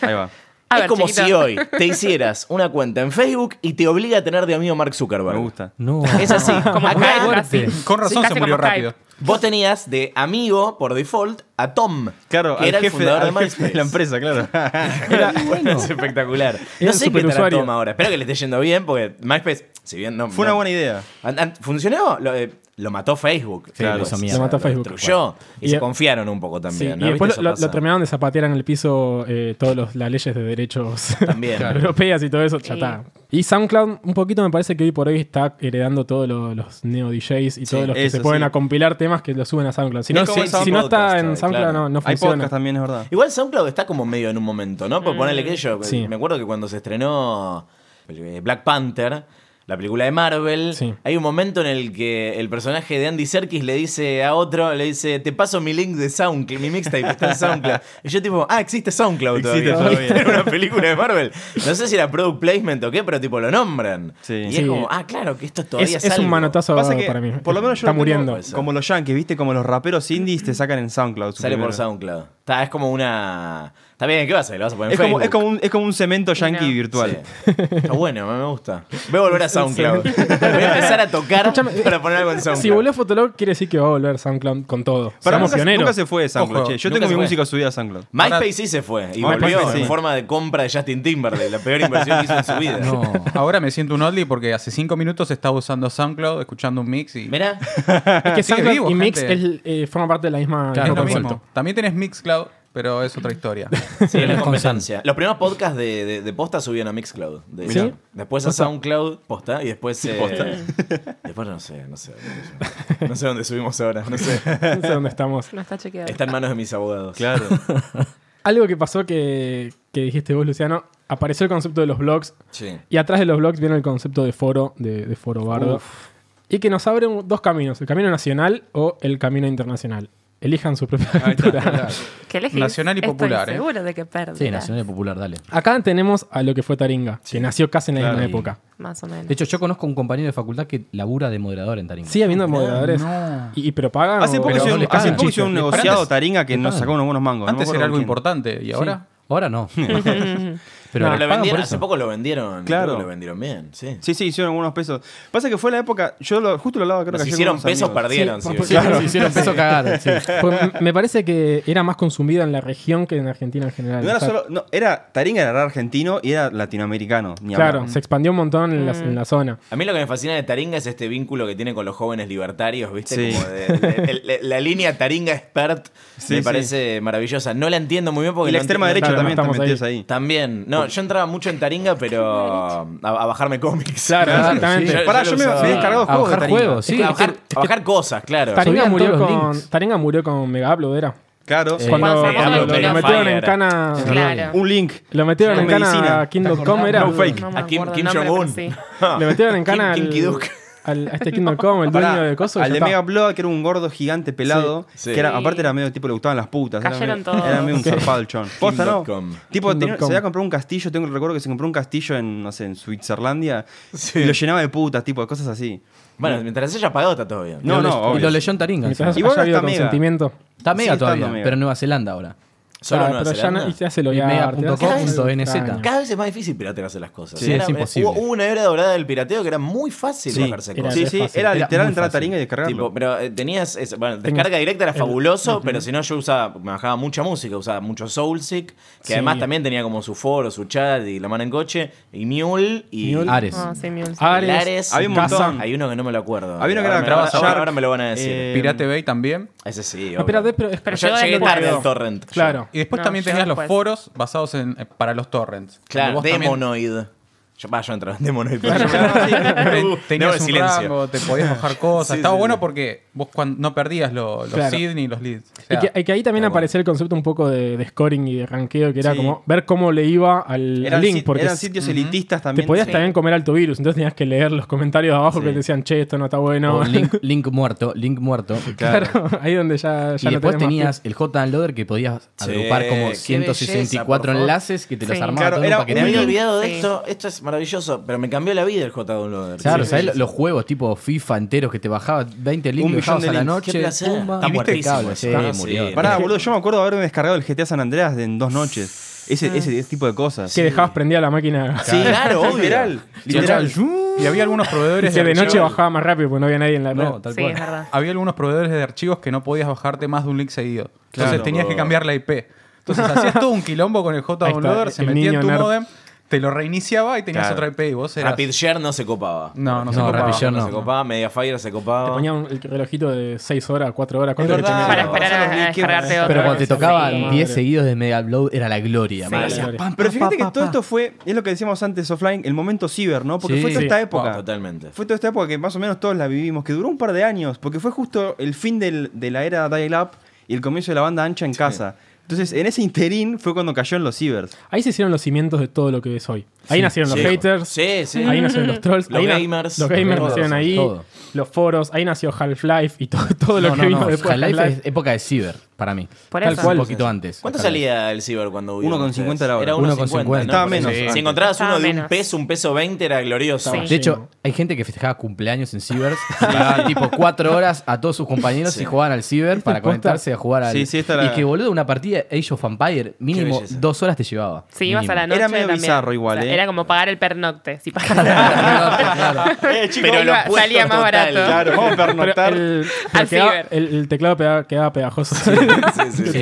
Ahí va.
A
es
ver,
como
chiquito.
si hoy te hicieras una cuenta en Facebook y te obliga a tener de amigo Mark Zuckerberg.
Me gusta.
No.
Es así. Acá
Skype, casi.
Ah, Con
Sí,
razón
casi
se murió
como Skype.
rápido.
vos tenías de amigo, por default, a Tom.
Claro,
que
al
era el
jefe,
fundador
al
de
jefe de la
MySpace.
empresa, claro.
Es espectacular.
Era
No
el
sé qué tal
superusuario.
Tom ahora. Espero que le esté yendo bien porque MySpace, si bien no.
Fue una
no-
buena idea.
An- an- ¿Funcionó? Lo, eh, lo mató Facebook.
lo hizo mierda.
Lo mató Facebook.
destruyó. Y,
Y-
se confiaron un poco
Sí,
también.
y
¿no? ¿Viste
después
eso
lo, lo-
pasa?
lo terminaron de zapatear en el piso eh, todas los- las leyes de derechos
También.
europeas y todo eso, ya
Sí.
está. Y SoundCloud, un poquito me parece que hoy por hoy está heredando todos los- los neo DJs y todos los que
eso
se pueden
sí.
a compilar temas que los suben a SoundCloud. Si no,
Es como
si-
el sound
si no está
podcast,
en
ahí,
SoundCloud,
claro.
no, no
Hay podcast
funciona.
también, es verdad.
Igual SoundCloud está como medio en un momento, ¿no? Por ponerle que yo.
Mm, Sí.
Me acuerdo que cuando se estrenó eh, Black Panther, la película de Marvel,
Sí.
hay un momento en el que el personaje de Andy Serkis le dice a otro, le dice, te paso mi link de SoundCloud, mi mixtape que está en SoundCloud. Y yo tipo, ah, existe SoundCloud
Existe
todavía.
todavía.
Era una película de Marvel. No sé si era product placement o qué, pero tipo lo nombran.
Sí.
Y
Sí.
es como, ah, claro, que esto todavía
Es,
es,
es un
algo".
manotazo
Pasa que,
para mí.
por lo menos yo
está
lo tengo
muriendo.
Como los yankees, ¿viste? Como los raperos indies te sacan en SoundCloud. su
Sale por
primero.
SoundCloud. Está, es como una. Está bien, ¿qué vas a hacer? ¿Lo vas a poner en
Es como,
Facebook?
es, como un, es como un cemento yankee
No.
virtual.
Sí. Está bueno, me gusta. Voy a volver a SoundCloud. Voy a empezar a tocar para poner algo en SoundCloud.
Si volvió Fotolog, quiere decir que va a volver SoundCloud con todo.
Para
Somos
nunca,
pioneros.
nunca se fue de SoundCloud.
Ojo,
che. Yo
nunca
tengo mi
se fue.
música subida a SoundCloud.
MySpace sí se fue y
MySpace
volvió
sí.
en forma de compra de Justin Timberlake, la peor inversión que hizo en su vida.
No.
Ahora me siento un oddly porque hace cinco minutos estaba usando SoundCloud, escuchando un mix y.
Mirá,
Es que
Sigue
SoundCloud
vivo,
y Mix
gente.
es, eh, forman parte de la misma.
es
Claro,
mismo
lo
concepto.
mismo. También tenés Mixcloud, pero es otra historia.
sí,
no
la
es
competencia. Los primeros podcasts de, de, de Posta subían a Mixcloud. De-
¿Sí?
Después a SoundCloud, Posta, y después. eh, Después no sé, no sé. No sé dónde subimos ahora, no sé.
No sé dónde estamos.
No está chequeado.
Está en manos de mis abogados.
Claro.
Algo que pasó que, que dijiste vos, Luciano, apareció el concepto de los blogs
Sí.
y atrás de los blogs viene el concepto de foro, de, de foro bardo. Y que nos abren dos caminos, el camino nacional o el camino internacional. Elijan su propia
Ahí está,
aventura.
claro.
Que elegís.
Nacional y popular,
Estoy
¿eh?
seguro de que perderá.
Sí, Nacional y Popular, dale.
Acá tenemos a lo que fue Taringa, que nació casi en la
Claro,
misma
y-
época.
Más o menos.
De hecho, yo conozco un compañero de facultad que labura de moderador en Taringa.
Sigue habiendo moderadores.
no.
Y, y pero pagan.
Hace
o-
poco
pero
hizo
no
un,
les
hace
cagan
poco
chistes.
hizo un
Pero
negociado
antes-
Taringa que nos
pagan.
sacó unos buenos mangos. no me
Antes
acuerdo
era algo
quién.
importante y
Sí.
ahora
Ahora no. Pero
Pero lo
les pagan por
vendieron,
eso.
hace poco lo vendieron.
Claro.
creo que Lo vendieron bien, sí.
Sí, sí, hicieron algunos pesos. Pasa que fue la época, yo lo- justo lo hablaba creo
Nos
que ayer
hicieron
con unos
pesos,
amigos.
perdieron.
Sí,
sí,
por-
sí.
Claro, se hicieron peso cagaron. sí.
Pues, m- me parece que era más consumida en la región que en Argentina en general.
No era
O sea,
solo, no, era, Taringa era argentino y era latinoamericano. ni hablar.
claro, se expandió un montón en la, en la zona.
A mí lo que me fascina de Taringa es este vínculo que tiene con los jóvenes libertarios, ¿viste?
Sí.
Como de- el- el- la línea Taringa Expert
Sí,
me
sí.
parece maravillosa. No la entiendo muy bien porque.
Y la
no
extrema
entiendo-
derecha
claro,
también
no
está
estamos
metida ahí.
También. No, yo entraba mucho en Taringa, pero a, a bajarme cómics.
Claro, exactamente.
Yo-
Pará,
yo
yo
lo
me,
usaba-
me he descargado
A
juegos de
bajar
Taringa.
juegos, sí.
A bajar, a bajar cosas, claro.
Taringa
Subían
murió,
todos los
con,
links.
Taringa murió con Mega Upload, era.
Claro,
Sí.
Cuando
Cuando
lo,
sacamos
lo
el
metieron en
Fire.
cana.
Claro.
un link.
Lo metieron
Sí.
en cana a
Medicina.
King.com, era.
No fake.
No me
A Kim,
acuerdo
Kim
el nombre,
Jong-un.
pero sí.
Le metieron en cana
Kim-
al,
Kim Kiduk.
al- a este King.com, el dueño
Pará,
de cosas.
al de Mega Blood, que era un gordo gigante pelado,
Sí.
que era,
Sí.
aparte era medio tipo, le gustaban las putas. era
Cayeron
medio-
todos.
Era medio un
Sí.
zarpado el chon. Posta, ¿no?
Kim.com.
Tipo, tenía-
Kim.com.
se había comprado un castillo, tengo el recuerdo que se compró un castillo en, no sé, en Suizerlandia, y lo llenaba de putas, tipo, de cosas así.
Bueno, mientras haya pagado está todo bien.
No, no,
Y
obvio.
lo leyó en Taringa. encima.
Igual
Igual ha habido
está Mega.
consentimiento.
Está mega
estando
todavía,
mega.
pero en Nueva Zelanda ahora.
Solo
Claro,
Nueva
pero ya,
Zelanda.
no, ya se lo
Y mega.com.nz.
Cada vez es más difícil piratearse las cosas.
Sí,
Era-
es imposible.
Hubo hubo una era dorada del pirateo que era muy fácil
Sí,
bajarse
era-
cosas.
sí,
re
sí,
fácil.
era
Era
literal
muy
entrar a
fácil.
Taringa y descargarlo.
Tipo, pero eh, tenías. eso, bueno, descarga directa era fabuloso, pero si no, yo usaba. Me bajaba mucha música, usaba mucho Soulsick, que además también tenía como su foro, su chat y la mano en coche, y Mule y.
Ares.
Ah,
No, sí, Mule.
Ares,
Lares,
Había un
Casa.
montón.
Hay uno que no me lo acuerdo.
Había uno que
ahora
era
me, ahora-
Shark,
ahora me lo van a decir.
eh,
Pirate Bay también.
Ese sí.
No,
obvio.
espérate, pero,
Pero
yo
llegó
llegué
después.
tarde al torrent. yo.
Claro.
Y después
No,
también
yo
tenías los
después.
foros basados en, eh, para los torrents.
Claro,
Donde vos también
Demonoid. Yo, va, yo entraba en Demonoid. pero yo-
te-
Uh,
tenías
no,
un
silencio.
rango, te podías bajar cosas.
Sí,
Estaba
sí,
bueno
sí.
porque vos cuando, no perdías lo- los
Claro.
seed ni los leads. O
Y
sea,
que, y que ahí también
Claro.
aparecía el concepto un poco de, de scoring y de ranqueo, que era
Sí.
como ver cómo le iba al
Eran,
link,
sit-
porque
eran
s-
sitios elitistas
te
también.
podías
Sí.
también comer altovirus, entonces tenías que leer los comentarios de abajo que te decían, che, esto no está bueno.
O link, link muerto, link muerto.
Claro, ahí donde ya,
Y
ya no
después
más
tenías el J Unloader que podías
Sí,
agrupar como
qué
164
belleza, por favor.
enlaces que te los
Sí.
armaba
Claro,
todo en
era
un paquete.
Me había olvidado de
Sí.
esto. Esto es maravilloso, pero me cambió la vida el J Downloader.
Claro,
Sí.
¿sabés lo- los juegos tipo FIFA enteros que te bajaba 20 links
Un
los dejabas a
millón de
la
links,
noche?
Qué placer. Está
pumba. Y viste
muertísimo
cable, sí,
eso, ¿no?
murió.
Sí.
Pará, boludo, yo me acuerdo de haberme descargado el GTA San Andreas en dos noches. Ese, ese tipo de cosas.
Que dejabas prendida la máquina.
Sí, claro, obvio.
Literal. Literal.
y había algunos proveedores
que de noche
archivos-
bajaba más rápido porque no había nadie en la red.
No, tal
Sí,
cual.
es verdad.
Había algunos proveedores de archivos que no podías bajarte más de un link seguido. Entonces
Claro.
tenías que cambiar la IP. Entonces hacías todo un quilombo con el J
Ahí está,
downloader, E se
el
metía en
niño
tu
nerd.
modem, te lo reiniciaba y tenías
Claro.
otra IP y vos eras.
Rapid Share no se copaba.
No, no se
No,
copaba.
Rapid Share
no.
no.
se copaba, Mediafire se
Te
copaba.
ponían el relojito de 6 horas, 4 horas, ¿cuánto
Es
que te
verdad.
metían?
Para esperar a, a descargarte otro.
Pero cuando te tocaban
Sí.
10 seguidos de Mega Upload era la gloria.
Sí,
man.
la
Hacías
gloria.
pam,
Pero
pam,
fíjate
pam,
que
pam,
todo
pam.
esto fue, es lo que decíamos antes offline, el momento ciber, ¿no? Porque
Sí.
fue toda
Sí.
esta
Wow,
época.
totalmente.
Fue toda esta época que más o menos todos la vivimos, que duró un par de años, porque fue justo el fin del- de la era dial-up y el comienzo de la banda ancha en casa. Entonces, en ese interín fue cuando cayó en los cibers.
Ahí se hicieron los cimientos de todo lo que es hoy. Ahí nacieron los
sí.
haters.
Sí, sí.
Ahí nacieron los trolls.
Los
ahí na-
gamers.
Los gamers
Todo,
nacieron ahí.
todo.
Los foros. Ahí nació Half-Life y todo, todo lo
No,
que
no,
vino
no,
después. de
Half-Life
Half-Life.
es época de ciber para mí.
Por
Tal
eso.
cual. Un poquito antes.
¿Cuánto
Half-Life.
salía el ciber cuando hubo?
1,50 la hora.
Era 1,50.
1,50,
¿no?
estaba
Por eso,
menos
Si
antes.
encontrabas
Estaba
uno de un
menos.
peso, un peso 20 era glorioso.
Sí.
De
lleno.
hecho, hay gente que festejaba cumpleaños en cibers, pagaba tipo cuatro horas a todos sus compañeros
Sí.
y jugaban al ciber para
posta?
conectarse a jugar al.
Sí, sí, esta era-
Y que boludo, una partida Age of Empire, mínimo
Qué belleza.
dos horas te llevaba.
Sí, ibas a la noche.
Era medio
también.
bizarro igual,
O sea,
¿eh?
Era como pagar el pernocte. Si pagabas.
Eh, chico,
Pero
iba-
lo opuesto
salía más
total.
barato.
Claro, vamos a
Pero
pernotar.
el, pero
Al
quedaba-
ciber.
el- el teclado pega- quedaba pegajoso.
Sí, sí, sí.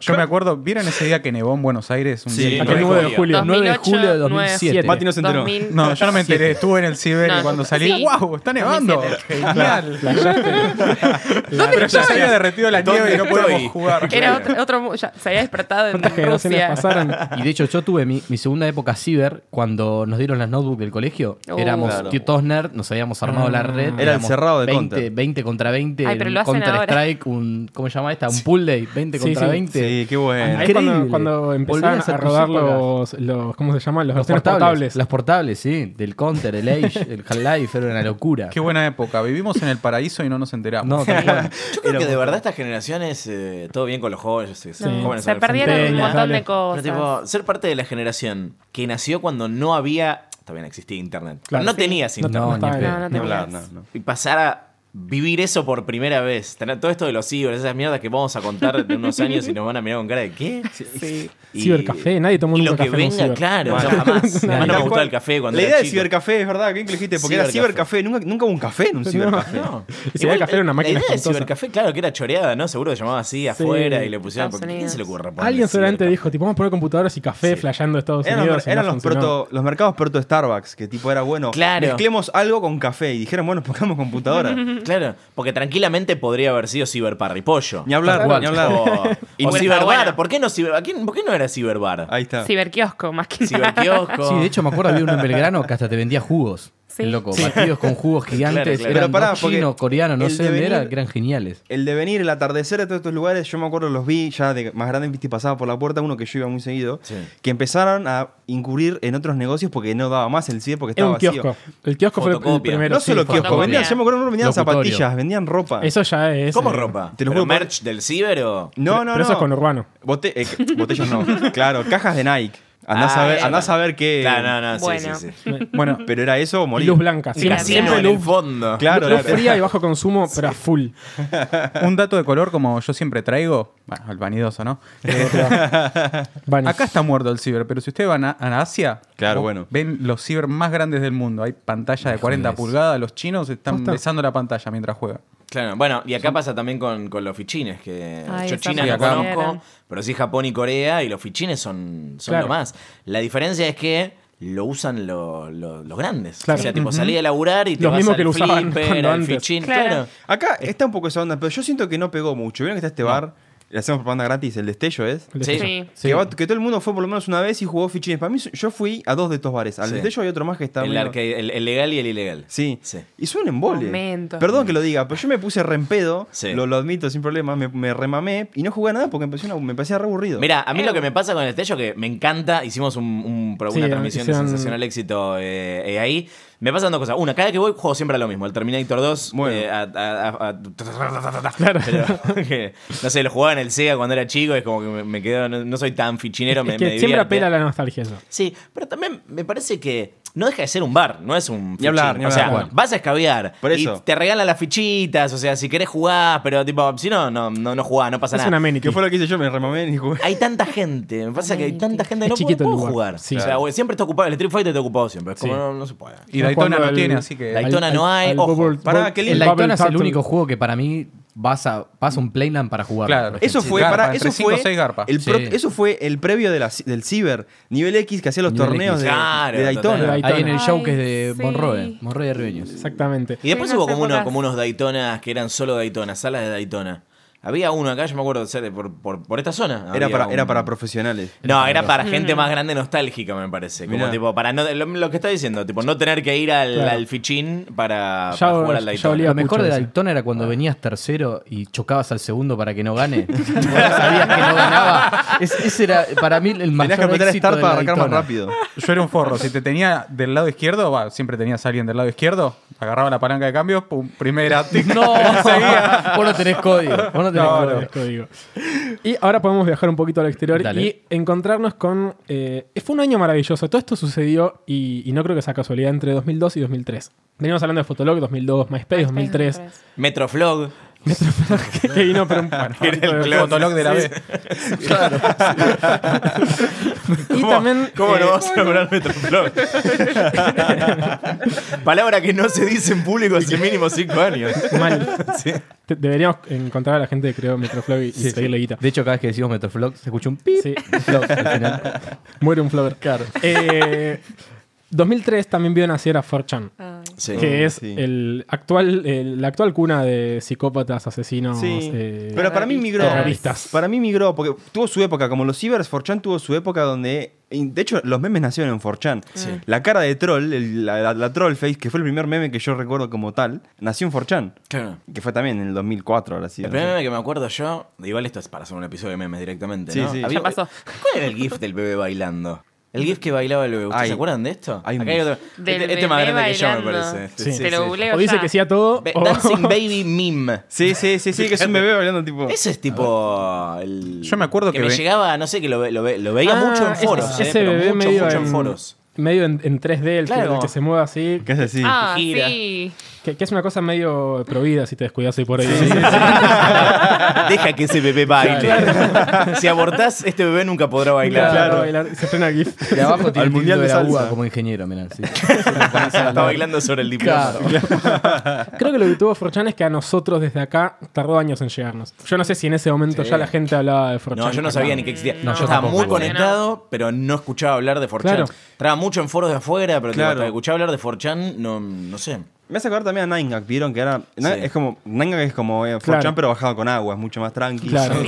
Yo me acuerdo, ¿vieron ese día que nevó en Buenos Aires? Un
Sí.
día
Aquel 9 de julio.
9 de julio de 2007.
Mati no se enteró.
2000.
No, yo no me enteré. Estuve en el ciber
No,
y cuando
yo-
salí,
sí.
¡guau! ¡Está nevando!
2007.
¡Genial!
Flayaste.
Pero ya se había derretido la
¿Dónde
nieve y no
estoy?
podíamos jugar.
Era otro, otro mu- ya- se había despertado en
¿Cuántas generaciones
Rusia.
pasaron?
Y de hecho, yo tuve mi, mi segunda época ciber cuando nos dieron las notebooks del colegio.
Oh.
Éramos
Claro.
tío todos nerd, nos habíamos armado la red.
Era el
éramos
cerrado de
20,
Counter.
20 contra 20,
Ay, pero lo hacen
Counter
ahora.
Strike, un. ¿Cómo se llama esta? Un pool day, 20
Sí,
contra
sí.
20.
Sí, qué bueno.
Ahí cuando,
Increíble.
cuando empezaron
Volvés a
a
tus
rodar
épocas.
los, los. ¿Cómo se llaman? Los,
Los
versiones
portables,
portables.
Las portables, sí. Del Counter, el Age, el Half-Life, era una locura.
Qué buena época. Vivimos en el paraíso y no nos enteramos.
No, tal cual.
Yo creo que de verdad estas generaciones, eh, todo bien con los jóvenes, eh,
No,
jóvenes
se perdieron un
adolescentes.
montón de
Pero,
cosas.
tipo, ser parte de la generación que nació cuando no había. También existía internet.
Claro.
no
Sí.
tenías
No,
internet.
No, ni
estaba
en
bien.
no, no
Ni
te
hablar, no,
olvides.
no.
Y pasar a vivir eso por primera vez. Tener todo esto de los ciber, esas mierdas que vamos a contar en unos años y nos van a mirar con cara de qué.
Sí.
Y-
Cibercafé, nadie tomó
y
nunca
lo que
café en un
venga,
ciber.
claro.
Bueno.
no, jamás.
Claro.
Además no me
Tal
gustaba
cual.
el café cuando
La
era
idea del
chico.
cibercafé, es verdad, ¿qué dijiste? Porque era
Cibercafé.
cibercafé, nunca, nunca hubo un café en un cibercafé.
No.
Y si había
Igual,
café era una
la
máquina
idea del
espantosa.
cibercafé, claro, que era choreada, ¿no? Seguro que llamaba así afuera y le pusieron.
Estados
porque ¿Quién se le
Unidos.
ocurre ponerle
Alguien solamente
cibercafé?
dijo, tipo, vamos a poner computadoras y café
Sí.
flasheando Estados
Eran, los,
Unidos. y no
eran los,
funcionó.
proto- los mercados proto Starbucks, que tipo era bueno.
Claro.
Mezclemos algo con café y dijeron, bueno, pongamos computadora.
Claro, porque tranquilamente podría haber sido ciberparripollo.
ni hablar,
Tal
ni
cual.
hablar.
O,
Y
o
no-
ciberbar.
bueno.
¿Por qué no ciber- a quién- por qué no era ciberbar?
Ahí está.
Ciberkiosco, más que nada.
Ciberkiosco.
Sí, de hecho me acuerdo había uno en Belgrano que hasta te vendía jugos.
Sí.
El loco, batidos con jugos gigantes,
Claro, claro.
eran
Pero pará,
dos
porque
chinos, coreanos, no
el
sé dónde
devenir-
era, que eran geniales.
El devenir, el atardecer de todos estos lugares, yo me acuerdo los vi ya de más grande, viste, y pasaba por la puerta uno que yo iba muy seguido,
Sí.
que empezaron a incurrir en otros negocios porque no daba más el ciber porque
Era
estaba
un
vacío.
kiosco. El kiosco fue el
Fotocopia.
primero.
No
sí,
solo kiosco,
fotocopia.
vendían, yo me acuerdo, no vendían
Locutorio.
zapatillas, vendían ropa.
Eso ya es.
¿Cómo
eh,
ropa?
Te lo
¿Pero
juro por-
merch del ciber o...?
No, no,
Pero
no.
eso es con Urbano.
Bote- eh, botellas no. claro, cajas de Nike. Andás
Ah,
a ver,
bien.
andás a ver qué.
Claro, no, no, sí,
Bueno.
sí, sí.
Bueno,
Pero era eso o
Y
morir.
luz blanca.
Y
Siempre-
casino
siempre
en el
luz,
fondo.
Claro,
luz
claro.
fría y bajo consumo, pero a full.
un dato de color como yo siempre traigo, bueno, el vanidoso, ¿no?
Vanis.
Acá está muerto el ciber, pero si ustedes van a, a Asia,
Claro,
o-
bueno.
ven los ciber más grandes del mundo. Hay pantalla de 40 pulgadas, los chinos están
Posta.
besando la pantalla mientras juegan.
Claro, bueno, y acá pasa también con, con los fichines, que
Ay,
yo
esa
China
sí,
no
acá.
conozco, pero sí Japón y Corea, y los fichines son, son
Claro.
lo más. La diferencia es que lo usan lo- lo- los grandes.
Claro.
O sea, tipo, salí a laburar y te
Los
vas
mismos
al
que lo usaban
flipper,
cuando
al
antes.
fichín.
Claro.
Claro.
Acá está un poco esa onda, pero yo siento que no pegó mucho. ¿Vieron que está este bar? Le hacemos propaganda gratis, el destello es.
El
Sí.
Sí.
Que, va- que todo el mundo fue por lo menos una vez y jugó fichines. Para mí, yo fui a dos de estos bares. Al
Sí.
destello hay otro más que está.
El,
medio-
arcade- el- el legal y el ilegal.
Sí.
Sí.
Y es un embole.
Momento.
Perdón que lo diga, pero yo me puse re en pedo,
Sí.
lo, lo admito sin problema, me, me remamé y no jugué a nada porque empecé una- me parecía re aburrido.
Mira, a mí lo que me pasa con el destello que me encanta, hicimos un, un pro-
Sí,
una transmisión
hicieron-
de sensacional éxito eh, eh, ahí. Me pasan dos cosas. Una, cada vez que voy juego siempre a lo mismo. El Terminator 2.
Bueno.
eh, a- a- a- Pero, que, no sé, lo jugaba en el Sega cuando era chico. Es como que me, me quedo. No, no soy tan fichinero. me,
que
me
siempre
divierte.
apela a la nostalgia eso.
Sí, pero también me parece que no deja de ser un bar, no es un.
Ni hablar,
fichín.
ni
O
hablar.
sea,
Bueno.
vas a escabear.
Por
y
eso.
te regalan las fichitas. O sea, si querés jugar, pero tipo, si no, no, no, no jugás, no pasa
Es
nada
una amenity.
¿Qué fue lo que hice yo? Me remamé y jugué.
hay tanta gente. Me pasa que hay tanta gente que
Es
no puedo,
chiquito el
puedo
lugar.
jugar.
Sí.
O sea,
Claro.
güey, siempre está ocupado. El Street Fighter está ocupado siempre. Es como
Sí.
no, no se puede.
Y Daytona
Cuando
no
el-
tiene, así que.
Daytona
al-
no
al-
hay,
al
ojo.
Bubble-
Pará, qué
el
lindo.
El
Bubble
Daytona es el
Turtle.
único juego que para mí vas a, vas a un Playland para jugar.
Claro.
por
Eso
ejemplo.
fue,
Garpa,
pará,
entre
eso,
cinco o
fue
seis garpa.
el pro-
Sí.
eso fue el previo de la, del Ciber, nivel X que hacía los
Nivel
torneos
X.
de,
Claro,
de Daytona.
total.
Ahí en el
Ay,
show que es de
sí.
Monroe, Monroe de Ribeños.
Exactamente.
Y después
Sí,
hubo
unas
como, uno,
épocas.
como unos Daytonas que eran solo Daytona, salas de Daytona. Había uno acá, yo me acuerdo, o sea, de por, por, por esta zona.
Era
Había
para, era
un-
para profesionales.
No, era para gente
Mm.
más grande nostálgica, me parece. Como
Mirá.
tipo, para no, lo, lo que está diciendo, tipo, no tener que ir al,
Claro.
al fichín para,
Ya-
para jugar al
ya
Daytona.
olía
Lo mejor
mucho
de
eso.
Daytona era
Ah.
cuando venías tercero y chocabas al segundo para que no gane. Porque sabías que no ganaba. Es- ese era para mí el mayor
Tenías que apretar
éxito
Start
de
para
la
arrancar más
Daytona.
rápido.
Yo era un forro. Si te tenía del lado izquierdo, va, siempre tenías a alguien del lado izquierdo, agarraba la palanca de cambios, pum, primera. tic,
No,
seguía.
vos no tenés código. Vos no tenés
No,
código.
no.
Esto digo. Y ahora podemos viajar un poquito al exterior
Dale.
y encontrarnos con... eh, fue un año maravilloso. Todo esto sucedió, y, y no creo que sea casualidad, entre 2002 y 2003. Veníamos hablando de Fotolog 2002, MySpace 2003,
Metroflog.
que, que vino pero un
Era el
El fotolog de la B.
Y
¿Cómo-
también...
¿Cómo
eh,
no vas a nombrar Metroflog? Palabra que no se dice en público hace mínimo cinco años.
Mal. Te- Deberíamos encontrar a la gente que creó Metroflog y, y seguirle guita.
De hecho, cada vez que decimos Metroflog se escucha un pip.
Sí.
Flog, al final.
Muere un flogger. Eh, 2003 también vio nacer a 4chan.
Ay.
Sí.
que es
Sí.
el actual, el- la actual cuna de psicópatas, asesinos,
Sí.
eh,
pero para mí migró.
terroristas.
Para mí migró, porque tuvo su época, como los cibers, 4chan tuvo su época donde. y De hecho, los memes nacieron en 4chan. La cara de troll, el- la, la- la troll face, que fue el primer meme que yo recuerdo como tal, nació en 4chan.
Claro.
Que fue también en el 2004, ahora sí.
El primer meme que me acuerdo yo, igual esto es para hacer un episodio de memes directamente,
Sí,
¿no?
sí.
Ya pasó.
¿Cuál era el GIF del bebé bailando? El GIF que bailaba el bebé. ¿Ustedes
Ay.
se acuerdan de esto?
Hay un
Acá otro. Este,
Del
este
bebé
es más grande que yo, me
bailando.
parece.
Sí.
Te lo googleo
O dice
ya.
que sí a todo.
Be-
o-
Dancing Baby Meme.
Sí, sí, sí, sí, que es un bebé bailando tipo.
Ese es tipo. El,
Yo me acuerdo que
me
ve-
llegaba, no sé, que lo, ve- lo ve- lo veía
Ah,
mucho en
ese-
foros.
Ese,
eh, pero
bebé
mucho,
medio,
mucho en
en,
foros.
medio en, en 3D, el que- el
Claro.
que, se mueve así.
¿Qué es así?
Ah,
gira.
sí.
Que, que es una cosa medio provida si te descuidas hoy por ahí.
Deja que ese bebé baile. Si abortás, este bebé nunca podrá bailar.
Claro, bailar- se frena GIF.
De abajo tiene
Al
el tildo
mundial
de
de
la
salsa.
uva como ingeniero, mirá. sí.
Está bailando sobre el diploma.
Claro.
Creo que lo que tuvo Forchan es que a nosotros desde acá tardó años en llegarnos. Yo no sé si en ese momento
Sí.
ya la gente hablaba de Forchan.
No, yo no sabía ni que existía.
No,
yo
yo
estaba
tampoco.
muy conectado, pero no escuchaba hablar de Forchan.
Claro.
Estaba mucho en foros de afuera, pero
Claro.
tipo, hasta que escuchaba hablar de Forchan, no, no sé.
Me hace acordar también a Nine Gag, vieron que era. Nine-
Sí.
Es como. Nine Gag es como eh, 4chan,
Claro.
pero bajado con agua, es mucho más tranquilo.
Claro.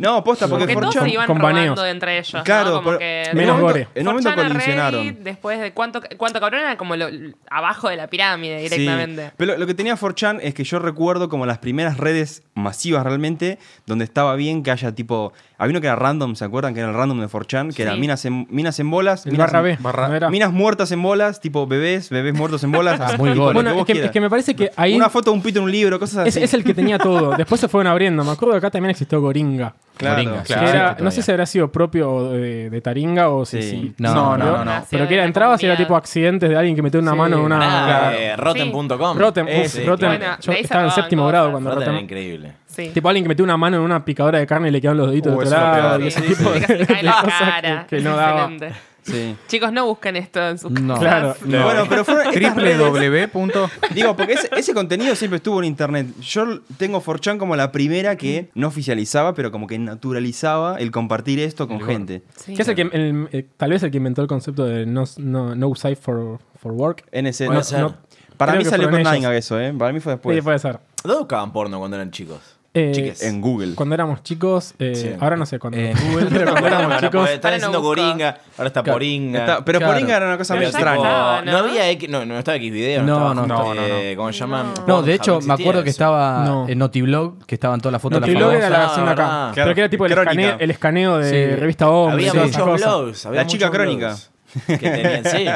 No, posta, porque
Porque todos
4chan.
se iban
Con
robando
baneos.
entre ellos.
Claro,
¿no? Como
pero-
que
en
un Menos
momento-
gore.
En un momento
4chan a Reddit,
colisionaron.
después de cuánto, cuánto cabrón era como lo, abajo de la pirámide
Sí,
directamente.
Pero lo que tenía 4chan es que yo recuerdo como las primeras redes masivas realmente, donde estaba bien que haya tipo. Había uno que era random, ¿se acuerdan? Que era el random de 4chan, que era
Sí.
minas en, minas en bolas.
El
minas
barra
en-
B. ¿no era? Ah,
Minas muertas en bolas, tipo bebés, bebés muertos en bolas. así,
muy
tipo,
gore.
lo
Bueno,
vos
es que,
quieras.
es que me parece que ahí
Una foto, un pito, en un libro,
Ah,
cosas
es,
así.
es el que tenía todo. Después se fueron abriendo. Me acuerdo que acá también existió Goringa.
Claro,
Moringa, sí,
Que
Claro.
era-
existe
no sé
todavía.
si habrá sido propio de, de Taringa o si...
Sí.
si-
No,
No, no,
pero-
no, no.
Pero que era, entrabas y era tipo accidentes de alguien que metió una
Sí.
mano en una...
Ah,
Claro.
eh, Rotten.com.
Rotem, uf,
Sí,
Rotem.
claro.
Bueno,
yo
de ahí
estaba en
sacaban
séptimo
cosas.
grado cuando
Rotten
Rotem-
era increíble.
Sí.
Tipo alguien que metió una mano en una picadora de carne y le quedaron los deditos
Uh,
de
eso
otro
es lo
lado.
peor,
ese
sí,
tipo de-
sí.
que se le cae
de
la
cosas
cara.
que- que no daba.
Excelente.
Sí.
Chicos, no busquen esto en sus
No.
casas.
Claro.
No.
Bueno, pero fueron estas
Triple
redes-
W. punto.
Digo, porque ese, ese contenido siempre estuvo en internet. Yo tengo 4chan como la primera que no oficializaba, pero como que naturalizaba el compartir esto con gente.
Sí.
Que es el que, el- eh, tal vez el que inventó el concepto de no, no, no site for, for work.
NC,
Puede
no-
ser.
no- para
Creo
mí
que
salió con
fueron
Nine
ellos.
eso, ¿eh? Para mí fue
Sí,
después.
puede ser.
¿Dónde buscaban porno cuando eran chicos?
Eh,
Chiques.
En Google.
Cuando éramos chicos, eh,
Sí.
ahora no sé cuándo.
Eh,
Google, pero cuando éramos
Ahora
chicos.
puede- Están
Ahora no
haciendo
busca.
Goringa, ahora está
Claro.
Poringa.
Está- pero
Claro.
Poringa era una cosa
Pero
medio
ya
tipo,
extraña.
estaba, ¿no?
no había X- no, no estaba Xvideo,
No,
no,
no,
estaba,
no, no, no.
eh, ¿cómo se llama?
No, de hecho, me
existía
acuerdo que
eso.
estaba
No.
en Notiblog, que estaban todas las fotos
No,
de
que
la
luego
famosa.
era la versión de acá.
Ah,
Pero que era tipo el
crónica.
escaneo, el escaneo de
Sí.
revista Hombre.
Había
sí, esas
muchos
cosas.
blogs. había
La chica
muchos
crónica.
blogs Que tenían, sí.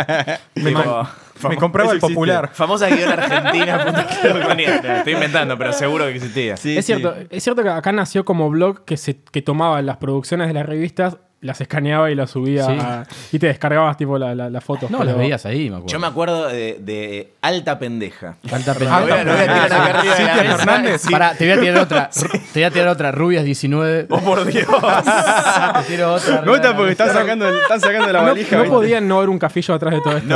Tipo,
Me compraba el
Eso existe.
popular.
Famosa guión argentina. punto com. Ponía, te la Estoy inventando, pero seguro que existía.
Sí,
es,
sí.
cierto, es cierto que acá nació como blog que, se, que tomaba las producciones de las revistas, las escaneaba y las subía
Sí.
a- y te descargabas tipo la, la, las fotos.
No,
pero-
las veías ahí, me
Yo
acuerdo.
me acuerdo de, de Alta Pendeja.
Alta
Lo voy a- lo Ah, voy a tirar
Ah,
acá arriba de la mesa. Sí.
Pará, te voy a tirar otra. Ru- Te voy a tirar otra. Rubias 19.
Oh, por Dios.
Te tiro otra.
Me gusta porque están sacando, el- están sacando la
No-
valija.
no,
¿viste?
podían no ver un cafillo atrás de todo esto.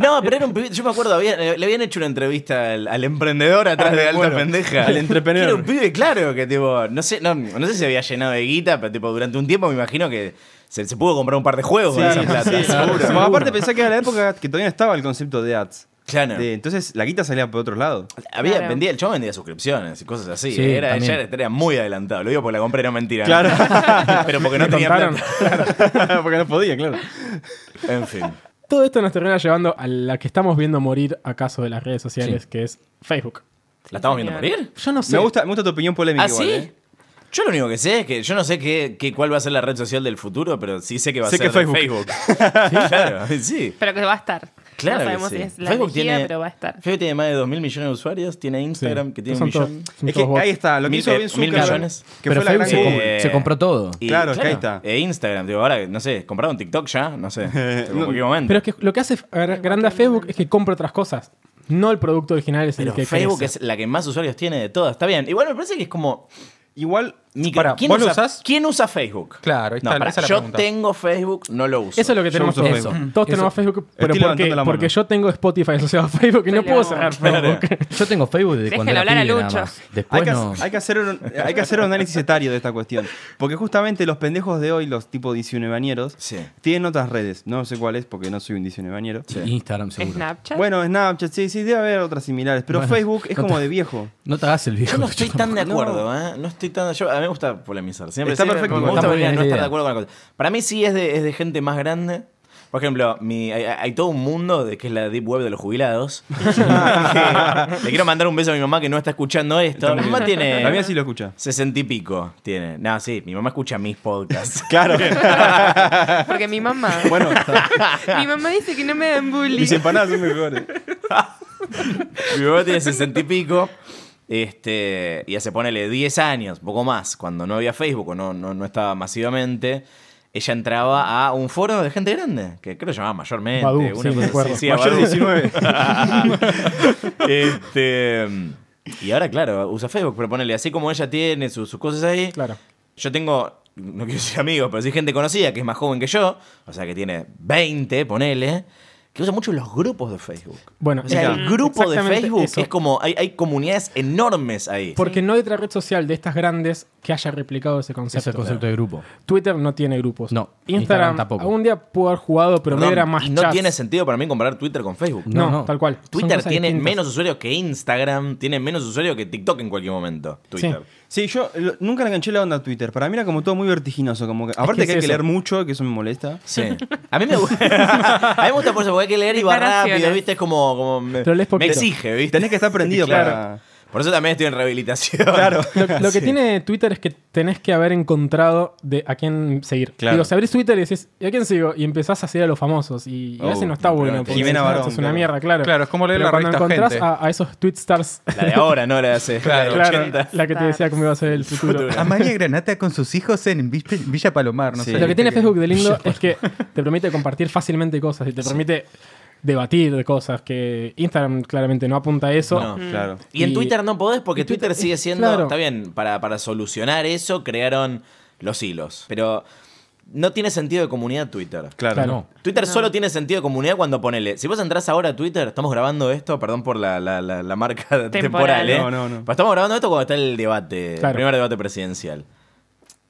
No, pero era un pibe. Yo me acuerdo, había- eh, le habían hecho una entrevista al, al emprendedor atrás de Alta Pendeja.
al entrepreneur.
Era un pibe, claro, que tipo. No sé, no, no sé si se había llenado de guita, pero tipo, durante un tiempo me imagino que se, se pudo comprar un par de juegos con esa plata.
Sí, seguro. Bueno, aparte pensé que era la época que todavía no estaba el concepto de ads.
Claro.
De- entonces la guita salía por otro lado.
Había,
Claro.
vendía, el chavo vendía suscripciones y cosas así.
Sí,
era,
también.
ya era, era muy adelantado. Lo digo porque la compré, no mentira.
Claro.
Pero porque no
Me
tenía
contaron.
plata.
Porque no podía, claro.
En fin.
Todo esto nos termina llevando a la que estamos viendo morir acaso de las redes sociales, que es Facebook.
¿La estamos viendo
señor.
morir?
Yo no sé.
Me, gusta, me gusta tu opinión polémica.
¿Ah,
igual,
sí?
¿eh?
Yo lo único que sé es que yo no sé qué, qué- cuál va a ser la red social del futuro, pero sí sé que va
Sé
a ser
que Facebook.
sí, claro, sí.
Pero que va a estar.
Claro que
No sabemos
sí.
si es la
Facebook
energía,
tiene-
pero va a estar.
Facebook tiene más de 2.000 millones de usuarios, tiene
Sí.
Instagram que tiene un
Son todos-
millón.
son
Es
todos
que
bots.
ahí está, lo que
Mil-
hizo
eh,
bien
mil
Zuckerberg.
millones.
Que
Pero
fue la
Facebook
gran
se,
Eh,
com- se compró todo.
Y,
Claro, que ahí está.
E Instagram, digo, ahora, no sé, compraron TikTok ya, no sé, en cualquier momento.
Pero es que lo que hace gra- grande a Facebook es que compra otras cosas. No el producto original es el
Pero
que
Facebook
crece.
es la que más usuarios tiene de todas, está bien. Igual me parece que es como...
Igual
Micro-
Pará,
¿quién,
¿vos lo
usa,
usás?
¿Quién usa Facebook?
Claro, ahí
No,
está,
pará,
esa es la
yo
pregunta.
tengo Facebook, no lo uso.
Eso es lo que
Yo
tenemos.
uso
Eso.
Facebook.
Todos
Eso.
tenemos Facebook, pero
Estoy
porque,
levantando la mano.
porque yo tengo Spotify asociado a Facebook y no puedo cerrar Facebook.
Yo tengo Facebook desde
Dejen
cuando era
hablar a
pibe, nada
Lucho.
más.
Hay
Después
que,
no.
hay que hacer un, hay que hacer un análisis etario de esta cuestión. Porque justamente los pendejos de hoy, los tipo 19 bañeros,
Sí.
tienen otras redes. No sé cuál es porque no soy un 19 bañero.
Instagram seguro.
Snapchat.
Bueno, Snapchat, sí, sí, debe haber otras similares. Pero
Bueno,
Facebook es
no
como
te-
de viejo.
No te hagas el viejo.
Yo no estoy
Lucho.
tan de
No.
acuerdo, ¿eh? No estoy tan. yo- a mí me gusta polemizar. Siempre,
Está
siempre
perfecto.
Me gusta
Está muy
polemizar,
bien
no
la
estar de
idea.
acuerdo con la cosa. Para mí sí es de, es de gente más grande. Por ejemplo, mi, hay, hay todo un mundo de que es la deep web de los jubilados. Le quiero mandar un beso a mi mamá que no está escuchando esto. Mi mamá tiene.
La mía sí lo escucha.
Sesenta y pico tiene. No, sí, mi mamá escucha mis podcasts.
Claro.
Porque mi mamá.
bueno,
mi mamá dice que no me dan bullying.
mis empanadas son mejores.
Mi mamá tiene sesenta y pico. Este, y hace ponele 10 años, poco más, cuando no había Facebook o no, no, no estaba masivamente. Ella entraba a un foro de gente grande, que creo que llamaba mayormente.
Badú, sí,
cosa
me acuerdo.
así, sí, a
Mayor de
Badú.
19.
Este, y ahora, claro, usa Facebook, pero ponele, así como ella tiene sus, sus cosas ahí.
Claro.
Yo tengo, no quiero decir amigos, pero sí gente conocida que es más joven que yo, o sea que tiene 20, ponele, que usa mucho los grupos de Facebook.
Bueno,
O sea,
mira,
el grupo de
exactamente
Facebook
eso.
es como, hay, hay comunidades enormes ahí.
Porque no hay otra red social de estas grandes que haya replicado ese concepto.
Ese concepto de grupo.
Twitter no tiene grupos.
No,
Instagram,
Instagram tampoco.
Algún día pudo haber jugado, pero
Perdón,
no era más
y no
chats.
tiene sentido para mí comparar Twitter con Facebook.
No,
No, no.
tal cual. Son
Twitter
cosas
tiene
distintas.
menos usuarios que Instagram, tiene menos usuarios que TikTok en cualquier momento. Twitter.
Sí, yo lo- nunca le enganché la onda a Twitter. Para mí era como todo muy vertiginoso. Como que, aparte
es
que hay que
eso.
leer mucho, que eso me molesta.
Sí. A mí me gusta. A mí me gusta por eso, porque hay que leer y va rápido,
Declaraciones.
¿viste? Es como. como me,
Pero lees
me
poquito.
exige, ¿viste?
Tenés que estar prendido
Claro.
para...
Por eso también estoy en rehabilitación.
Claro.
Lo, lo que
Sí.
tiene Twitter es que tenés que haber encontrado de a quién seguir.
Claro.
Digo, si abrís Twitter y decís, ¿y a quién sigo? Y empezás a seguir a los famosos. Y, y a veces
Oh,
no está bueno.
claramente.
porque decís,
Jimena
"Ah,
Barón,
esto Es una
claro.
mierda, claro.
Claro, es como leer
Pero
la
cuando
revista
encontrás
Gente.
a, a esos tweet stars,
La de ahora, no la de hace
Claro.
la de
claro,
80.
la que te decía cómo iba a ser el futuro.
Amalia Granata con sus hijos en Vista- Villa Palomar, no
Sí.
sé.
Lo que tiene Facebook de lindo es que te permite compartir fácilmente cosas y te permite debatir cosas que Instagram claramente no apunta a eso.
No.
Claro.
Y en
Y-
Twitter no podés porque
y Twitter-
Twitter, sigue siendo.
claro.
Está bien, para, para solucionar eso crearon los hilos. Pero no tiene sentido de comunidad Twitter.
Claro.
Claro.
Twitter solo tiene sentido de comunidad cuando ponele. Si vos entrás ahora a Twitter, estamos grabando esto, perdón por la, la- la- la marca temporal,
Temporal.
¿eh?
No, no, no.
Pero estamos grabando esto cuando está el debate, el
Claro.
primer debate presidencial.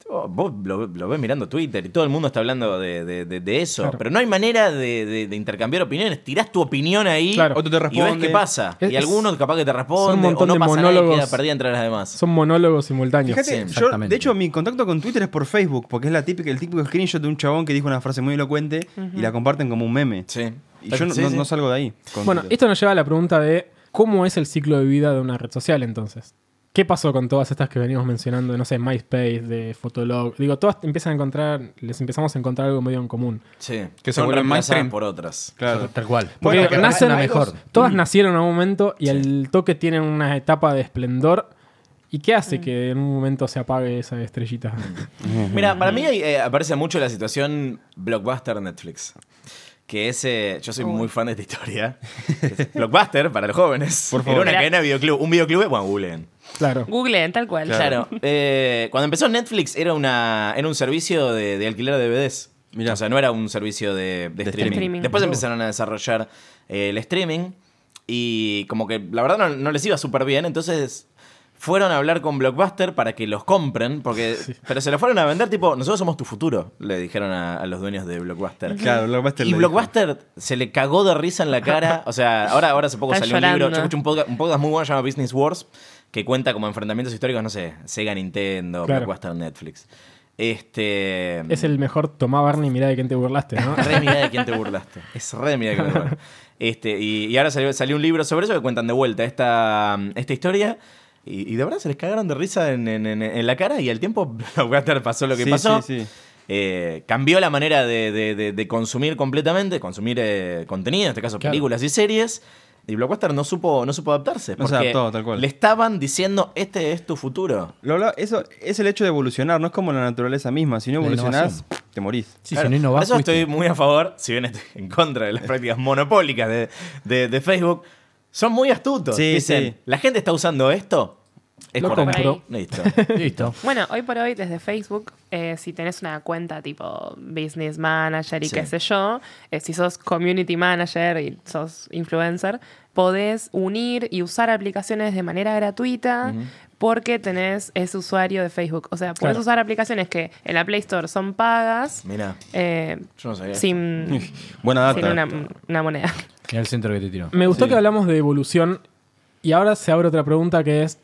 Oh, Vos lo, lo ves mirando Twitter y todo el mundo está hablando de, de- de- de eso.
Claro.
Pero no hay manera de, de- de intercambiar opiniones. Tirás tu opinión ahí
Claro.
Otro te
y ves
responde.
qué pasa.
Es-
y algunos capaz que te responden
montón
o
de
no pasa nada y queda
monólogos.
perdida entre las demás.
Son monólogos simultáneos.
Fíjate,
Sí,
yo,
exactamente.
de hecho, mi contacto con Twitter es por Facebook, porque es la típica, el típico screenshot de un chabón que dijo una frase muy elocuente y la comparten como un meme.
Sí.
Y yo no,
Sí,
no-
sí.
no salgo de ahí. con
Bueno,
Twitter.
esto nos lleva a la pregunta de cómo es el ciclo de vida de una red social entonces. ¿Qué pasó con todas estas que venimos mencionando, de, no sé, MySpace, de Fotolog? Digo, todas empiezan a encontrar, les empezamos a encontrar algo medio en común.
Sí.
Que se
Son
vuelven
reemplazadas
mainstream.
por otras.
Claro.
Tal cual.
Porque
Bueno, que
nacen,
hay dos- mejor.
todas nacieron en algún momento y al toque tienen una etapa de esplendor. ¿Y qué hace que en un momento se apague esa estrellita?
Mira, para mí eh, aparece mucho la situación blockbuster Netflix. Que es, eh, yo soy muy fan de esta historia. Es blockbuster para los jóvenes. Por
favor.
Era una
Mirá.
cadena de videoclub. Un videoclub, bueno, googleen.
Claro.
Google, tal cual.
Claro. eh, cuando empezó Netflix era, una, era un servicio de, de alquiler de DVDs.
Mirá.
O sea, no era un servicio de, de streaming.
streaming.
Después empezaron a desarrollar eh, el streaming y como que la verdad no, no les iba súper bien, entonces fueron a hablar con Blockbuster para que los compren, porque pero se lo fueron a vender tipo, nosotros somos tu futuro, le dijeron a, a los dueños de Blockbuster.
Claro, Blockbuster
Y
lo dijo.
Blockbuster se le cagó de risa en la cara. O sea, ahora, ahora hace poco
Están
salió un libro.
llorando.
Yo escuché un podcast, un podcast muy bueno llamado Business Wars, que cuenta como enfrentamientos históricos, no sé, Sega, Nintendo,
Claro.
Blockbuster, Netflix. Este.
Es el mejor Tomá Barney, mirá de quién te burlaste, ¿no?
Re mirá de quién te burlaste. Es re mirá de quién te burlaste. Este, y, y ahora salió, salió un libro sobre eso que cuentan de vuelta esta, esta historia. Y, y de verdad se les cagaron de risa en, en- en- en la cara y al tiempo Blockbuster pasó lo que
Sí,
pasó.
sí, sí.
Eh, cambió la manera de, de- de- de consumir completamente, consumir eh, contenido, en este caso
Claro.
películas y series. Y Blockbuster no supo, no supo adaptarse.
No se
porque
adaptó, tal cual.
Le estaban diciendo, este es tu futuro.
Lo hablaba- eso es el hecho de evolucionar, no es como la naturaleza misma. Si no
La
evolucionás, te morís.
Sí,
Claro,
si no
por
innovás,
eso
fuiste.
estoy muy a favor, si bien estoy en contra de las prácticas monopólicas de, de- de Facebook, son muy astutos.
Sí,
Dicen,
sí.
la gente está usando esto, Es
Lo
correcto.
compro.
Listo.
Listo.
Bueno, hoy por hoy, desde Facebook, eh, si tenés una cuenta tipo business manager y
Sí.
qué sé yo, eh, si sos community manager y sos influencer, podés unir y usar aplicaciones de manera gratuita porque tenés ese usuario de Facebook. O sea, podés
Claro.
usar aplicaciones que en la Play Store son pagas.
Mirá,
eh,
yo no sabía.
sin,
Buena data.
sin una, una moneda.
En el centro que te tiró.
Me gustó
Sí.
que hablamos de evolución y ahora se abre otra pregunta que es,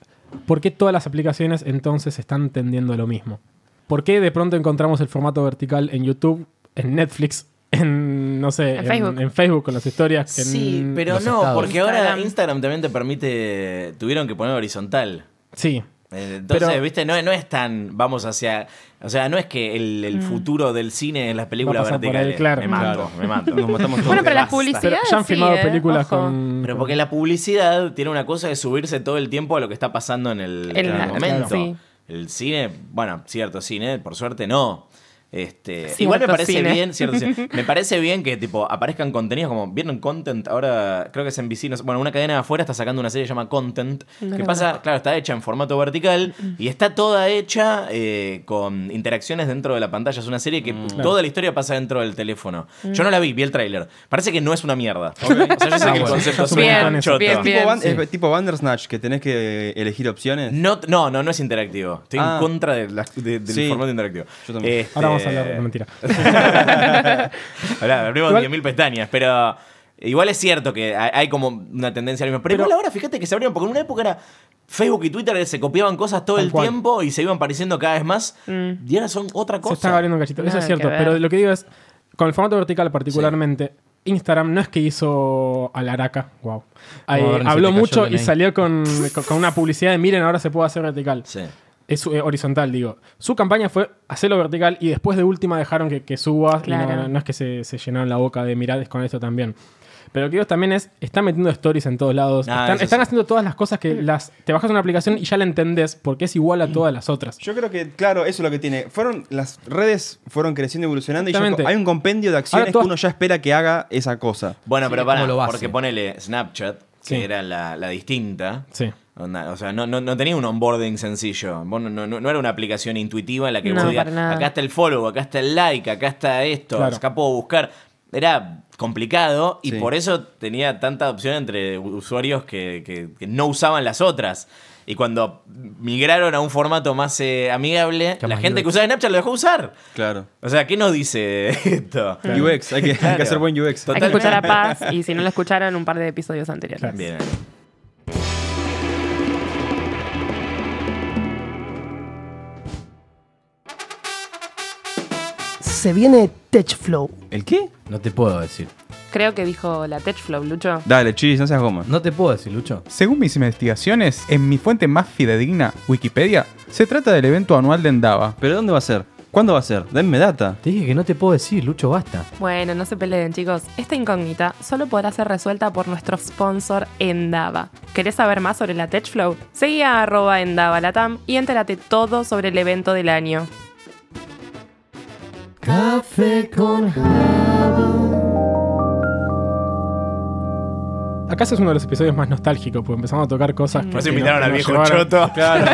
¿por qué todas las aplicaciones entonces están tendiendo a lo mismo? ¿Por qué de pronto encontramos el formato vertical en YouTube, en Netflix, en, no sé,
En Facebook.
con las historias? en
Sí, pero
los
no,
estados.
porque ahora
Instagram.
Instagram también te permite. Tuvieron que poner horizontal.
Sí.
Eh, Entonces,
Pero-
viste, no, no es tan. Vamos hacia. O sea, no es que el, el futuro del cine es las películas
Va a pasar por ahí,
verticales.
claro.
Me mato,
Claro.
me mato.
Nos matamos todos.
Bueno, pero las
Basta.
publicidades.
Pero ya han
sí,
filmado
eh,
películas
ojo.
con...
Pero porque la publicidad tiene una cosa de subirse todo el tiempo a lo que está pasando en el,
En
en el
la-
momento.
sí.
El cine, bueno, cierto cine, por suerte no. Este,
Cierto
igual me parece
cine.
bien, cierto cine. Me parece bien que tipo aparezcan contenidos como vieron Content, ahora creo que es en no sé, bueno, una cadena de afuera está sacando una serie que se llama Content,
No
que
la
pasa, claro, está hecha en formato vertical y está toda hecha eh, con interacciones dentro de la pantalla, es una serie
Mm.
que toda la historia pasa dentro del teléfono.
Mm.
Yo no la vi, vi el tráiler. Parece que no es una mierda. O sea, yo sé
Ah,
que el
bueno.
concepto es
Bien,
un choto.
bien, bien.
Tipo, Van-
sí.
es tipo Bandersnatch, que tenés que elegir opciones.
No, no, no, no es interactivo. Estoy
Ah.
en contra de la- de- del
Sí.
formato interactivo.
Yo también.
Este,
Ahora vamos a hablar de no, mentira.
Hablá, abrimos
Igual-
10.000 pestañas, pero igual es cierto que hay, hay como una tendencia a lo mismo. Pero,
Pero-
igual ahora fíjate que se abrieron, porque en una época era Facebook y Twitter se copiaban cosas todo
Tal
el
cual.
tiempo y se iban pareciendo cada vez más. Y ahora son otra
Se
cosa.
está abriendo un cachito. Eso
Nada
es
que
cierto.
ver.
Pero lo que digo es, con el formato vertical particularmente, Instagram no es que hizo a la araca. Wow. Ahí
Orden, se
habló
te cayó
mucho
el
y
DNI.
salió con, con- con una publicidad de miren, ahora se puede hacer vertical.
Sí.
Es eh, horizontal, digo. Su campaña fue hacerlo vertical y después de última dejaron que, que subas. y no-
Claro.
no, no es que se, se llenaron la boca de mirades con esto también. Pero lo que digo también es, están metiendo stories en todos lados.
Ah,
están
eso
están
sí.
haciendo todas las cosas que las te bajas una aplicación y ya la entendés porque es igual a todas las otras.
Yo creo que, claro, eso es lo que tiene. Fueron, las redes fueron creciendo y evolucionando y yo-
Exactamente.
hay un compendio de
Ahora
acciones que
todas-
uno ya espera que haga esa cosa.
Bueno, pero para,
como lo base.
porque ponele Snapchat,
Sí.
que era la, la distinta.
Sí.
Onda, o sea, no, no, no tenía un onboarding sencillo. Vos No, no, no- no era una aplicación intuitiva en la que
No,
vos digas,
para nada.
acá está el follow, acá está el like, acá está esto,
Claro.
acá puedo buscar. Era complicado y
Sí.
por eso tenía tanta opción entre u- usuarios que, que- que no usaban las otras. Y cuando migraron a un formato más eh, amigable,
Que
la
más
gente que
UX.
usaba Snapchat lo dejó usar.
Claro.
O sea, ¿qué nos dice esto?
UX, hay que, hay que
Claro.
hacer buen UX.
Total.
Hay que escuchar a Paz y si no la escucharon, un par de episodios anteriores.
Bien.
Se viene TechFlow.
¿El qué?
No te puedo decir.
Creo que dijo la TechFlow, Lucho.
Dale, chis, no seas goma.
No te puedo decir, Lucho.
Según mis investigaciones, en mi fuente más fidedigna, Wikipedia, se trata del evento anual de Endava.
¿Pero dónde va a ser? ¿Cuándo va a ser? Denme data.
Te dije que no te puedo decir, Lucho, basta.
Bueno, no se peleen, chicos. Esta incógnita solo podrá ser resuelta por nuestro sponsor Endava. ¿Querés saber más sobre la TechFlow? Seguí a arroba Endava Latam y entérate todo sobre el evento del año.
Café con
Acá ese es uno de los episodios más nostálgicos, porque empezamos a tocar cosas que.
Por eso
que
invitaron
no-
al
que nos
viejo
llevaron-
choto.
El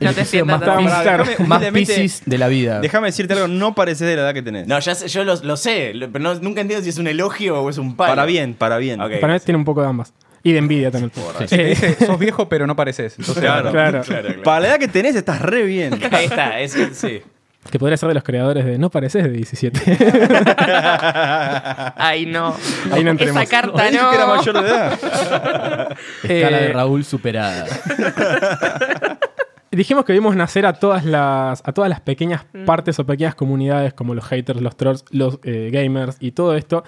No te
episodio más,
sientas
tan
pis-
mal.
Déjame,
más
humildemente,
piscis de la vida.
déjame decirte algo, no pareces de la edad que tenés.
No, ya sé- yo lo, lo sé, lo- pero no- nunca entiendo si es un elogio o es un palo.
para bien, para bien.
Ok.
Para mí tiene un poco de ambas. Y de envidia también. Eh,
Dice, sos viejo pero no pareces. Entonces,
Claro.
claro.
Claro, claro.
Para la edad que tenés estás re bien.
Ahí está, es, sí.
Que podría ser de los creadores de No pareces de 17.
Ay, no.
Ahí no entremos.
Esa carta
Me dijo
no.
que era mayor de edad.
Escala
Eh,
de Raúl superada.
Dijimos que vimos nacer a todas las, a todas las pequeñas
Mm.
partes o pequeñas comunidades, como los haters, los trolls, los eh, gamers y todo esto.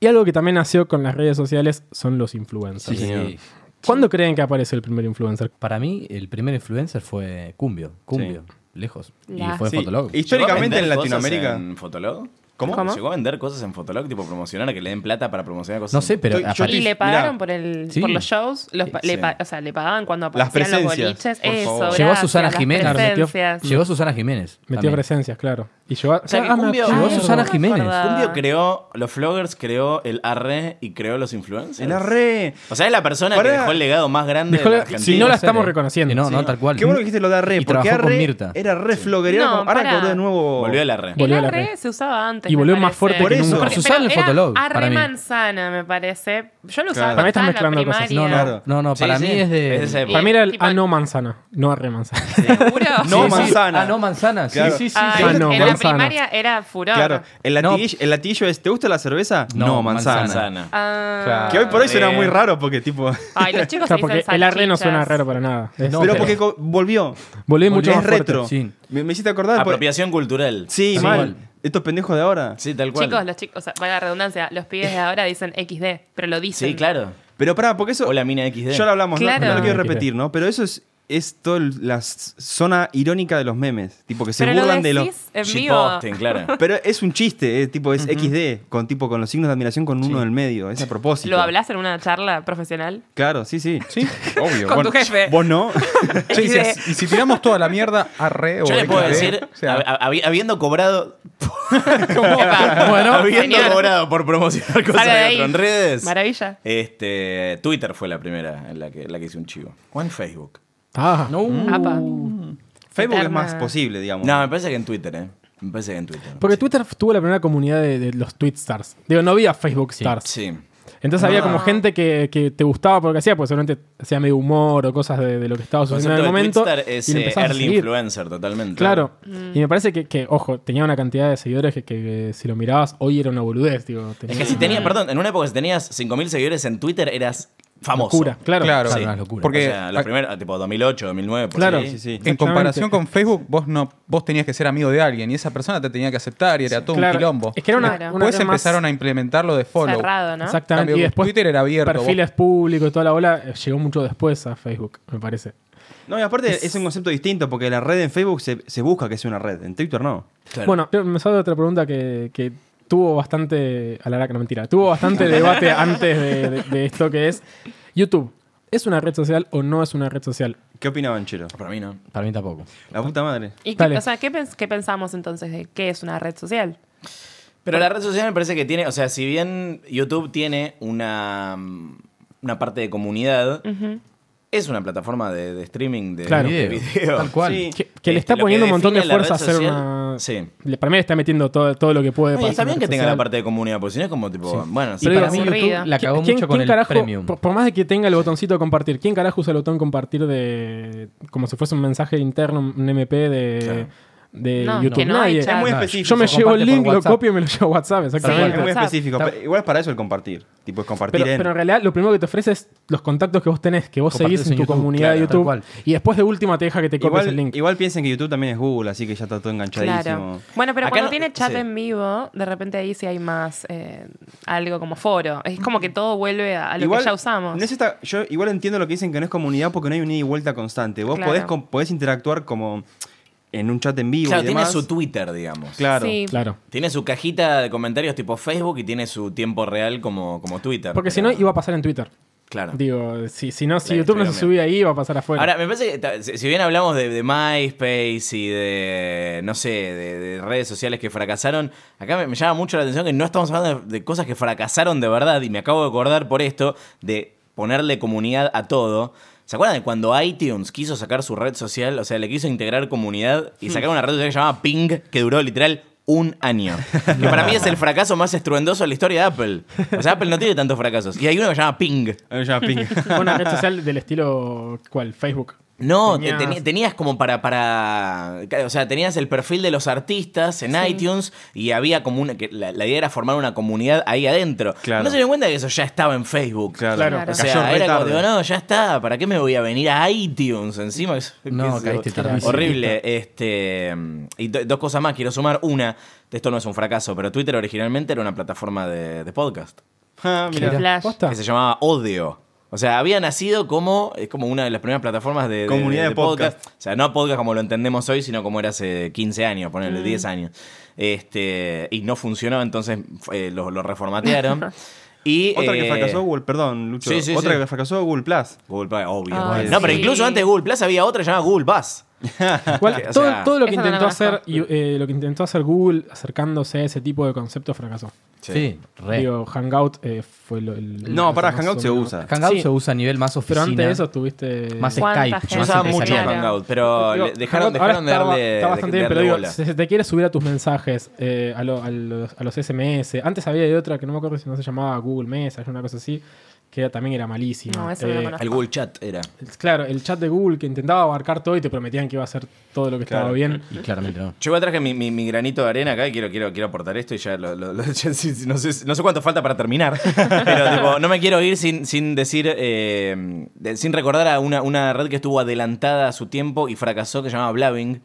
Y algo que también nació con las redes sociales son los influencers.
Sí.
¿Cuándo creen que aparece el primer influencer?
Para mí, el primer influencer fue Cumbio. Cumbio. Lejos.
La-
Y fue
Sí,
Fotolog.
Históricamente en
¿Llegó a vender
Latinoamérica.
cosas ¿En Fotolog?
¿Cómo?
¿Cómo?
¿Llegó a vender cosas en Fotolog, tipo promocionar, a que le den plata para promocionar cosas?
No sé, pero
Estoy- yo
aparte-
Y le
Mirá.
pagaron por el
Sí.
por los shows, los pa- le
Sí.
pa- o sea, le pagaban cuando
Las
aparecían los
presencias,
boliches.
por
Eso,
favor.
llegó a
gracias,
Susana
las
Jiménez.
presencias.
Llegó Susana Jiménez.
Metió
también.
presencias, claro. Y Ah, yo,
O sea, que Cumbio-
llegó
Ay,
Susana
no me
Jiménez.
acordaba.
Cumbio creó, los vloggers creó el ARRE y creó los influencers.
El arre.
O sea, es la persona
Pará.
que dejó el legado más grande.
Dejó la-
de la
si
Argentina.
no la
en serio.
estamos reconociendo.
Que no,
Sí.
no, tal cual.
Qué bueno que dijiste lo de arre,
Y
porque
trabajó con
arre
Mirta.
era re floguerero.
No,
como- ahora que
pará.
volvió de nuevo.
Volvió el ARRE.
Volvió
el
la
arre
red.
se usaba antes.
Y
me
volvió más
parece.
fuerte
Por
que
eso.
nunca.
Por
Pero
Susana el
era
fotolog,
arre
para mí.
manzana, me parece. Yo lo usaba.
Claro. Para
mí estás
cuando estaba en la
mezclando cosas.
No,
primaria.
no, no, no,
Sí,
para
sí,
mí es de.
es de esa época.
Para mí era el
Tipo-
ah, no manzana, no arre manzana.
¿Seguro?
No,
Sí, sí.
manzana.
Ah, no, manzana. Sí,
Claro.
sí, sí.
Ay,
Ah, no,
en la
manzana.
primaria era furor.
Claro. El
No.
latillo, el latillo es: ¿te gusta la cerveza?
No, manzana.
Manzana.
Ah.
Claro.
Que hoy por hoy suena
Bien.
muy raro porque, tipo.
Ay, los chicos
O sea,
se
porque
dicen
el arre no
salchichas.
suena raro para nada. Es-
No,
pero
pero-
porque co- volvió.
Volé mucho
es
más fuerte.
retro.
sí.
Me, me hiciste acordar. por-
Apropiación cultural.
pues- Sí,
Sí.
mal.
Igual.
Estos pendejos de ahora.
Sí, tal cual.
Chicos, los chicos, o sea, vaya la redundancia, los pibes de ahora dicen XD, pero lo dicen.
Sí, claro.
Pero pará, porque eso.
O la mina XD.
Ya lo hablamos, ¿no?
Claro.
no, lo quiero
Ah,
repetir, ¿no? Pero eso es, es toda la s- zona irónica de los memes. Tipo que se
Pero lo
burlan de
decís
los.
en vivo.
Shitposting, claro.
Pero es un chiste, eh, tipo es XD, con tipo con los signos de admiración con uno del medio, es a propósito.
¿Lo hablas en una charla profesional?
Claro, sí, sí.
Sí, Oh, obvio.
Con tu jefe.
Vos no.
Che, y,
Eh.
si, y si tiramos toda la mierda arre o
Yo le puedo
XD,
decir,
¿eh? o sea,
hab- hab- habiendo cobrado,
Epa.
habiendo
señor.
cobrado por promocionar cosas
Salga de
de
ahí.
otro en redes,
Maravilla.
este, Twitter fue la primera en la que, la que hice un chivo. O en Facebook.
Ah,
Apa.
Facebook es
Eterna.
más posible, digamos.
No, me parece que en Twitter, ¿eh? Me parece que en Twitter.
Porque Twitter tuvo la primera comunidad de, de los tweet stars. Digo, no había Facebook stars.
Sí.
Entonces había
Ah.
como gente que, que te gustaba por lo que hacía, porque seguramente hacía medio humor o cosas de, de lo que estaba
concepto
sucediendo en el
de
momento.
Twitstar
y
es
lo
eh,
empezabas a
early
seguir.
influencer totalmente.
Claro.
Mm.
Y me parece que, que, ojo, tenía una cantidad de seguidores que, que- que si lo mirabas hoy era una boludez. Digo,
Es
tenía
que si tenías, perdón, en una época si tenías 5.000 seguidores en Twitter eras
Ah,
famoso.
locura. Claro.
claro,
Sí. Una locura.
porque
o sea, los
a-
primeros, tipo 2008, 2009, por
Claro.
ahí.
Sí, sí.
en comparación
Exactamente.
con Facebook, vos no, vos tenías que ser amigo de alguien y esa persona te tenía que aceptar y era todo
Claro.
un quilombo.
Es que era una.
Claro.
una
Después
era más-
empezaron a implementar lo de follow.
Cerrado, ¿no?
Exactamente.
Cambio,
y después
Twitter era abierto,
Perfiles públicos, toda la bola eh, llegó mucho después a Facebook, me parece.
No, y aparte es... un concepto distinto, porque la red en Facebook se, se busca que sea una red, en Twitter no.
Claro.
Bueno, yo- me sale otra pregunta que, que tuvo bastante. A la hora que no mentira. Tuvo bastante debate antes de, de- de esto que es. YouTube. ¿Es una red social o no es una red social?
¿Qué opina Banchero?
para mí no.
Para mí tampoco.
La puta madre.
¿Y qué,
Dale.
o sea, ¿qué, pens- qué pensamos entonces de qué es una red social?
Pero la red social me parece que tiene, o sea, si bien YouTube tiene una, mm, una parte de comunidad, es una plataforma de, de streaming de,
Claro.
de
Video,
video.
Tal cual.
Sí.
Que, que le
Este,
está
lo que
poniendo un montón de
define la
fuerza a
red
hacer
social-
una.
sí.
le- Para mí le está metiendo todo, todo lo que puede.
No, y
para
está
hacer
bien
una
que
red
tenga la
pues, social.
parte de comunidad, porque si no es como tipo, bueno,
Y
sí,
para
es
mí
aburrido.
YouTube la cagó
¿Quién-
mucho con
quién
el
carajo-
premium.
Por, por más de que tenga el botoncito de compartir, ¿quién carajo usa el botón compartir de. como si fuese un mensaje interno, un MP de.
Claro.
de
No,
YouTube?
que no hay
Nadie.
chat.
Es muy
Claro.
específico.
Yo me
comparte
llevo el
por
link, lo
WhatsApp.
copio y me lo llevo a WhatsApp,
es
exactamente.
muy
WhatsApp.
específico. pero igual para eso el compartir. Tipo, es compartir
Pero,
en.
pero en realidad lo primero que te ofrece es los contactos que vos tenés, que vos
Compartidos
seguís en
en
tu
YouTube,
comunidad de
claro, tal
YouTube.
cual.
Y después de última te deja que te copies el
igual,
link.
igual piensen que YouTube también es Google, así que ya está todo enganchadísimo.
Claro. Bueno, pero
Acá
cuando
no-
tiene chat
sí.
en vivo, de repente ahí sí hay más eh, algo como foro. Es como que todo vuelve a, a lo
Igual,
que ya usamos.
no es esta- yo igual entiendo lo que dicen que no es comunidad porque no hay un ida y vuelta constante. Vos
Claro.
podés, com- podés interactuar como en un chat en vivo.
claro,
y
tiene
demás.
su Twitter, digamos.
Claro.
Sí.
Claro.
Tiene su cajita de comentarios tipo Facebook y tiene su tiempo real como, como Twitter.
Porque si no,
pero-
iba a pasar en Twitter.
Claro.
Digo, si, si no, si
Claro,
YouTube no se
estuvieron
subía ahí, iba a pasar afuera.
Ahora, me parece que ta- si si bien hablamos de, de MySpace y de, no sé, de, de redes sociales que fracasaron, acá me, me llama mucho la atención que no estamos hablando de, de cosas que fracasaron de verdad, y me acabo de acordar por esto, de ponerle comunidad a todo. ¿Se acuerdan de cuando iTunes quiso sacar su red social? O sea, le quiso integrar comunidad y sacaron una red social que se llamaba Ping, que duró literal un año. Que para mí es el fracaso más estruendoso de la historia de Apple. O sea, Apple no tiene tantos fracasos. Y hay uno que se llama Ping.
Ahí Eh, ya, ping.
Fue una red social del estilo, ¿cuál? Facebook.
No, te-
Tenías-
teni- tenías como para, para. O sea, tenías el perfil de los artistas en iTunes y había como una. Que la, la idea era formar una comunidad ahí adentro.
Claro.
No se dieron cuenta que eso ya estaba en Facebook.
Claro.
Claro.
O
Claro.
Cayó
sea,
re
era como,
tarde.
digo, no, ya está, ¿para qué me voy a venir a iTunes encima? Es-
No,
es
caíste tardísimo.
Horrible. Este, mm, y do- dos cosas más, quiero sumar. Una, esto no es un fracaso, pero Twitter originalmente era una plataforma de, de podcast
Ah, mirá.
Mirá. Flash.
¿Posta?
que se llamaba Odio. O sea, había nacido como, es como una de las primeras plataformas de, de-
Comunidad de
O sea, no podcast como lo entendemos hoy, sino como era hace 15 años, ponerle 10 años. Este, y no funcionaba, entonces fue- lo, lo eh, reformatearon. Y,
otra
eh,
que fracasó Google, perdón, Lucho.
sí, sí,
otra
sí.
que fracasó Google Plus.
Google Plus, obvio.
Ay,
no, pero
sí.
incluso antes de Google Plus había otra llamada Google Bus.
Igual,
O
todo,
sea,
todo lo que
esa no la
intentó hacer
conozco.
y, eh, lo que intentó hacer Google acercándose a ese tipo de conceptos fracasó.
Sí, re.
Digo, Hangout eh, fue lo, el.
No, pará,
más
Hangout
o
se
menos.
usa.
Hangout
Sí,
se usa a nivel más
Pero
oficina.
antes de eso tuviste.
más
¿Cuánta
Skype.
gente?
Yo
más
usaba
Esa
mucho
cara.
Hangout, pero
Digo,
Oh, le- dejaron,
Hangout ahora
dejaron de
está,
darle,
está bastante
de
bien, pero
darle
digo,
bola.
si se te quieres subir a tus mensajes, eh, a, lo- a los, a los SMS. Antes había de otra que no me acuerdo si no se llamaba Google Message, una cosa así, que era- también era malísima.
No, esa no la
Eh,
conozco.
El Google Chat era.
Claro, el chat de Google que intentaba abarcar todo y te prometían que iba a hacer todo lo que estaba
Claro.
bien.
Y claramente no.
Yo igual traje mi, mi, mi granito de arena acá y quiero, quiero, quiero aportar esto y ya lo, lo- lo- ya sí, sí, no, sé, no sé cuánto falta para terminar. Pero tipo, no me quiero ir sin, sin decir, eh, de- sin recordar a una, una red que estuvo adelantada a su tiempo y fracasó que se llamaba Blaving.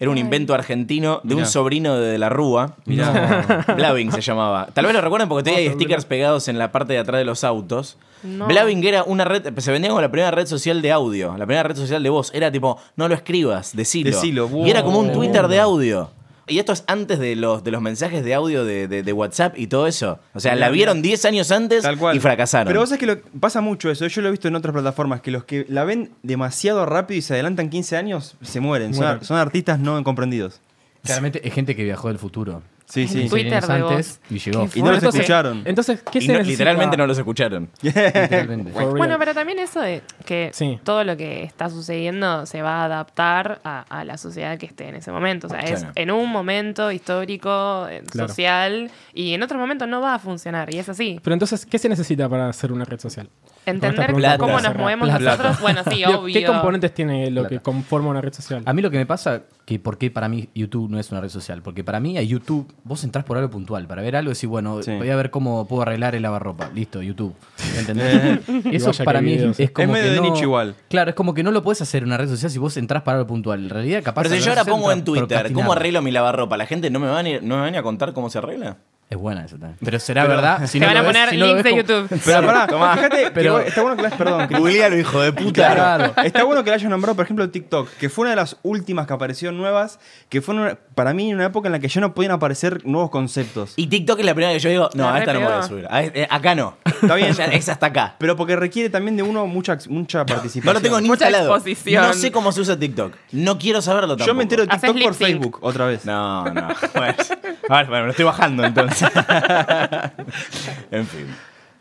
Era un invento argentino de
Mirá.
un sobrino de la Rúa.
Mirá.
Blaving se llamaba. Tal vez lo recuerden porque todavía hay stickers pegados en la parte de atrás de los autos.
No.
Blaving era una red, se vendía como la primera red social de audio, la primera red social de voz. Era tipo, no lo escribas, decilo.
Decilo, wow.
Y era como un Twitter de audio. Y esto es antes de los, de los mensajes de audio de, de- de WhatsApp y todo eso. O sea, la vieron 10 años antes
Tal cual.
y fracasaron.
Pero vos sabés que lo- pasa mucho eso. Yo lo he visto en otras plataformas que los que la ven demasiado rápido y se adelantan 15 años se mueren. Son,
Mueren.
son artistas no comprendidos.
Claramente es gente que viajó del futuro.
Sí, sí.
Quince
Twitter
años
de
antes
voz.
y llegó.
Qué
Y no los
Entonces-
escucharon.
Entonces, ¿qué
Y
se
no-
necesita?
literalmente no los escucharon.
Literalmente.
For real.
Bueno, pero también eso de que
Sí.
todo lo que está sucediendo se va a adaptar a, a la sociedad que esté en ese momento. O sea, es
Claro.
en un momento histórico, eh,
Claro.
social, y en otro momento no va a funcionar. Y es así.
Pero entonces, ¿qué se necesita para hacer una red social? Con
Entender
esta pregunta
cómo
plata.
nos movemos
Plata.
nosotros, bueno, sí,
Digo,
obvio.
¿Qué componentes tiene lo
Plata. Ah.
que conforma una red social?
A mí lo que me pasa, que por qué para mí YouTube no es una red social, porque para mí a YouTube vos entrás por algo puntual, para ver algo y decís, bueno,
Sí.
voy a ver cómo puedo arreglar el lavarropa. Listo, YouTube.
Eh.
¿Entendés? Y eso
vaya
para
que
mí
videos.
es como
Es medio
que
de
no-
nicho igual.
Claro, es como que no lo puedes hacer en una red social si vos entrás para algo puntual. En realidad, capaz...
Pero
la
si
red
yo ahora
social
pongo en
entra
Twitter,
procrastinar.
¿cómo arreglo mi lavarropa? ¿La gente no me va ni- no me va ni a contar cómo se arregla?
Es buena esa también. Pero será verdad... Si no
Te van
lo
a
ves-
poner
si no lo
links de
ves como-
YouTube.
Pero pará, fíjate, que
Pero-
vos- está bueno que lo hayas, perdón, que-
Googlealo, hijo de puta.
Claro.
Está bueno que le hayas nombrado, por ejemplo, TikTok, que fue una de las últimas que aparecieron nuevas, que fue una- para mí una época en la que ya no podían aparecer nuevos conceptos.
Y TikTok es la primera que yo digo, no,
La
a esta no me voy a
repegó.
subir. A- eh, acá no.
Está bien.
Esa- Esa está acá.
Pero porque requiere también de uno mucha, mucha participación.
No lo tengo ni
Mucha
instalado.
exposición.
No sé cómo se usa TikTok. No quiero saberlo tampoco.
Yo me entero de
Haces
TikTok por
lip sync.
Facebook otra vez.
No, no. Bueno, ahora, bueno, me lo estoy bajando entonces. en fin.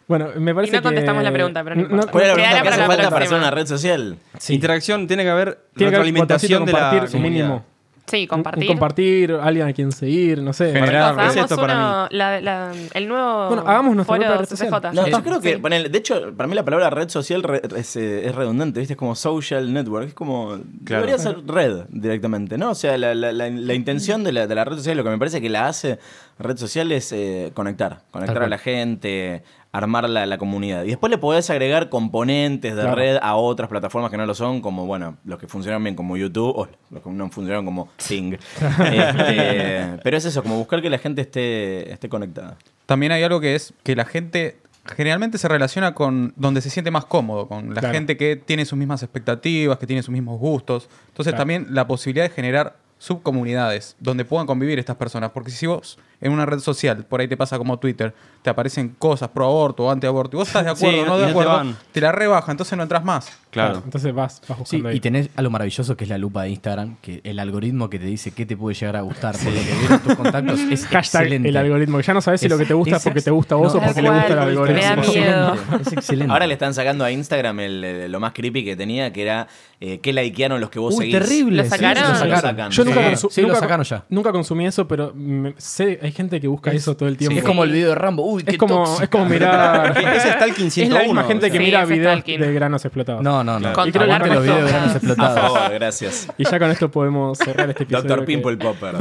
Bueno, me parece
Y no contestamos
que-
la pregunta, pero no importa.
¿Cuál es la
Quedará
pregunta que
para
hace
la
falta para hacer
próxima.
una red social?
Sí.
Interacción tiene que haber
Tiene que haber
retroalimentación
botoncito
de la
compartir
comunidad.
mínimo.
Sí,
Un- un
compartir.
compartir, alguien a quien seguir, no sé.
Generar-
Chicos,
Claro,
hagamos
es esto para
uno- la- la- el nuevo
Bueno, hagamos nuestra
foro
propia red
CCJ.
social.
No, yo creo que,
Sí.
ponele, de hecho, para mí la palabra red social re- es, eh, es redundante, ¿viste? Es como social network, es como...
Claro.
Debería ser red directamente, ¿no? O sea, la, la- la- la intención de la, de la red social, lo que me parece que la hace red social es eh, conectar, conectar a
cual.
la gente, armar la, la comunidad. Y después le podés agregar componentes de
Claro.
red a otras plataformas que no lo son, como, bueno, los que funcionan bien como YouTube o los que no funcionan como Sing. Este, pero es eso, como buscar que la gente esté, esté conectada.
También hay algo que es que la gente generalmente se relaciona con donde se siente más cómodo, con la
Claro.
gente que tiene sus mismas expectativas, que tiene sus mismos gustos. Entonces también la posibilidad de generar subcomunidades donde puedan convivir estas personas. Porque si vos en una red social, por ahí te pasa como Twitter, te aparecen cosas pro aborto o anti aborto, y vos estás de
Sí,
acuerdo o
no-
no de
no te
acuerdo,
van.
te la rebaja, entonces no entras más.
Claro.
Entonces vas, vas
Sí,
buscando ahí.
y tenés algo maravilloso que es la lupa de Instagram, que el algoritmo que te dice qué te puede llegar a gustar por lo que vieron tus contactos es
Hashtag
excelente.
el algoritmo. que Ya no sabes si
Es-
lo que te gusta es
exacto.
porque te gusta a vos
No,
o porque
tal
le gusta el
cual,
algoritmo.
me da miedo.
Es excelente.
Ahora le están sacando a Instagram el, el- lo más creepy que tenía, que era eh, que qué likearon los que vos
Uy,
seguís.
terrible.
¿Lo
Sí,
sacaron?
lo
Lo
sacaron.
sacan.
Yo nunca,
Sí.
consu-
Sí, lo
nunca,
sacaron ya.
nunca consumí eso, pero me- sé, hay gente que busca eso todo el tiempo.
Es como el video de Rambo. Uy, qué
es como,
tóxica.
es como mirar.
Es Stalking
es la misma
101,
gente
o
que
sea.
Sí,
mira
ese
videos
stalking.
de granos explotados.
No, no, no.
Controlar
Aguante los videos
nuestro-
de granos
A
explotados.
favor, gracias.
Y ya con esto podemos cerrar este episodio.
Doctor
que-
Pimple Popper.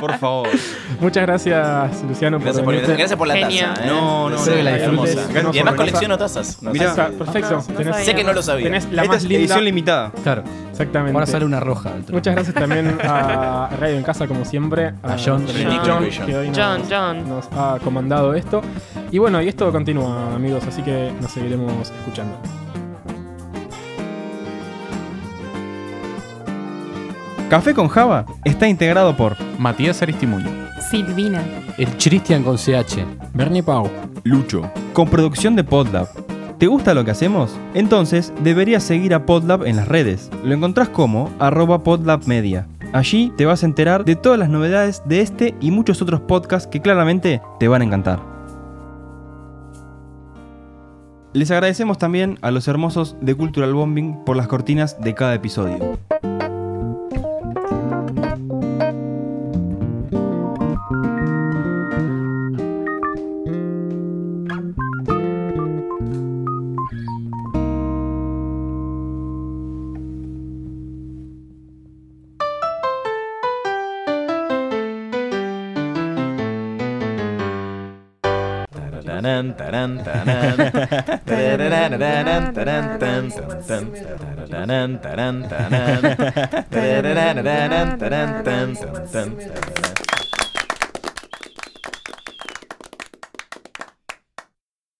Por favor.
Muchas gracias, Luciano,
Gracias por,
venirte.
gracias por la
Genio.
taza. ¿eh?
No, no,
Hermosa.
no, la disfrutes.
Hermosa.
Gracias
Y además
por la
colecciono tazas. No
Ahí
Mirá.
sé
está,
si-
perfecto.
No, no
tenés,
sabía.
Sé que no lo sabía.
tenés la
Esta
más
es
linda.
edición limitada.
Claro.
Exactamente.
Ahora sale una roja. dentro.
Muchas gracias también a Radio en Casa, como siempre.
A John.
Federico,
John.
que hoy nos,
John, John.
nos ha comandado esto. Y bueno, y esto continúa, amigos, así que nos seguiremos escuchando.
Café con Java está integrado por
Matías Aristimuño.
Silvina.
El Christian con CH.
Bernie Pau.
Lucho. Con producción de Podlab. ¿Te gusta lo que hacemos? Entonces deberías seguir a Podlab en las redes. Lo encontrás como arroba podlabmedia. Allí te vas a enterar de todas las novedades de este y muchos otros podcasts que claramente te van a encantar. Les agradecemos también a los hermosos de Cultural Bombing por las cortinas de cada episodio.
Tararán, tarán, tarán. Tararán, tarán, tarán, tan, tan, tan. Tararán, tarán, tarán. Tararán, tarán, tarán, tan, tan, tan.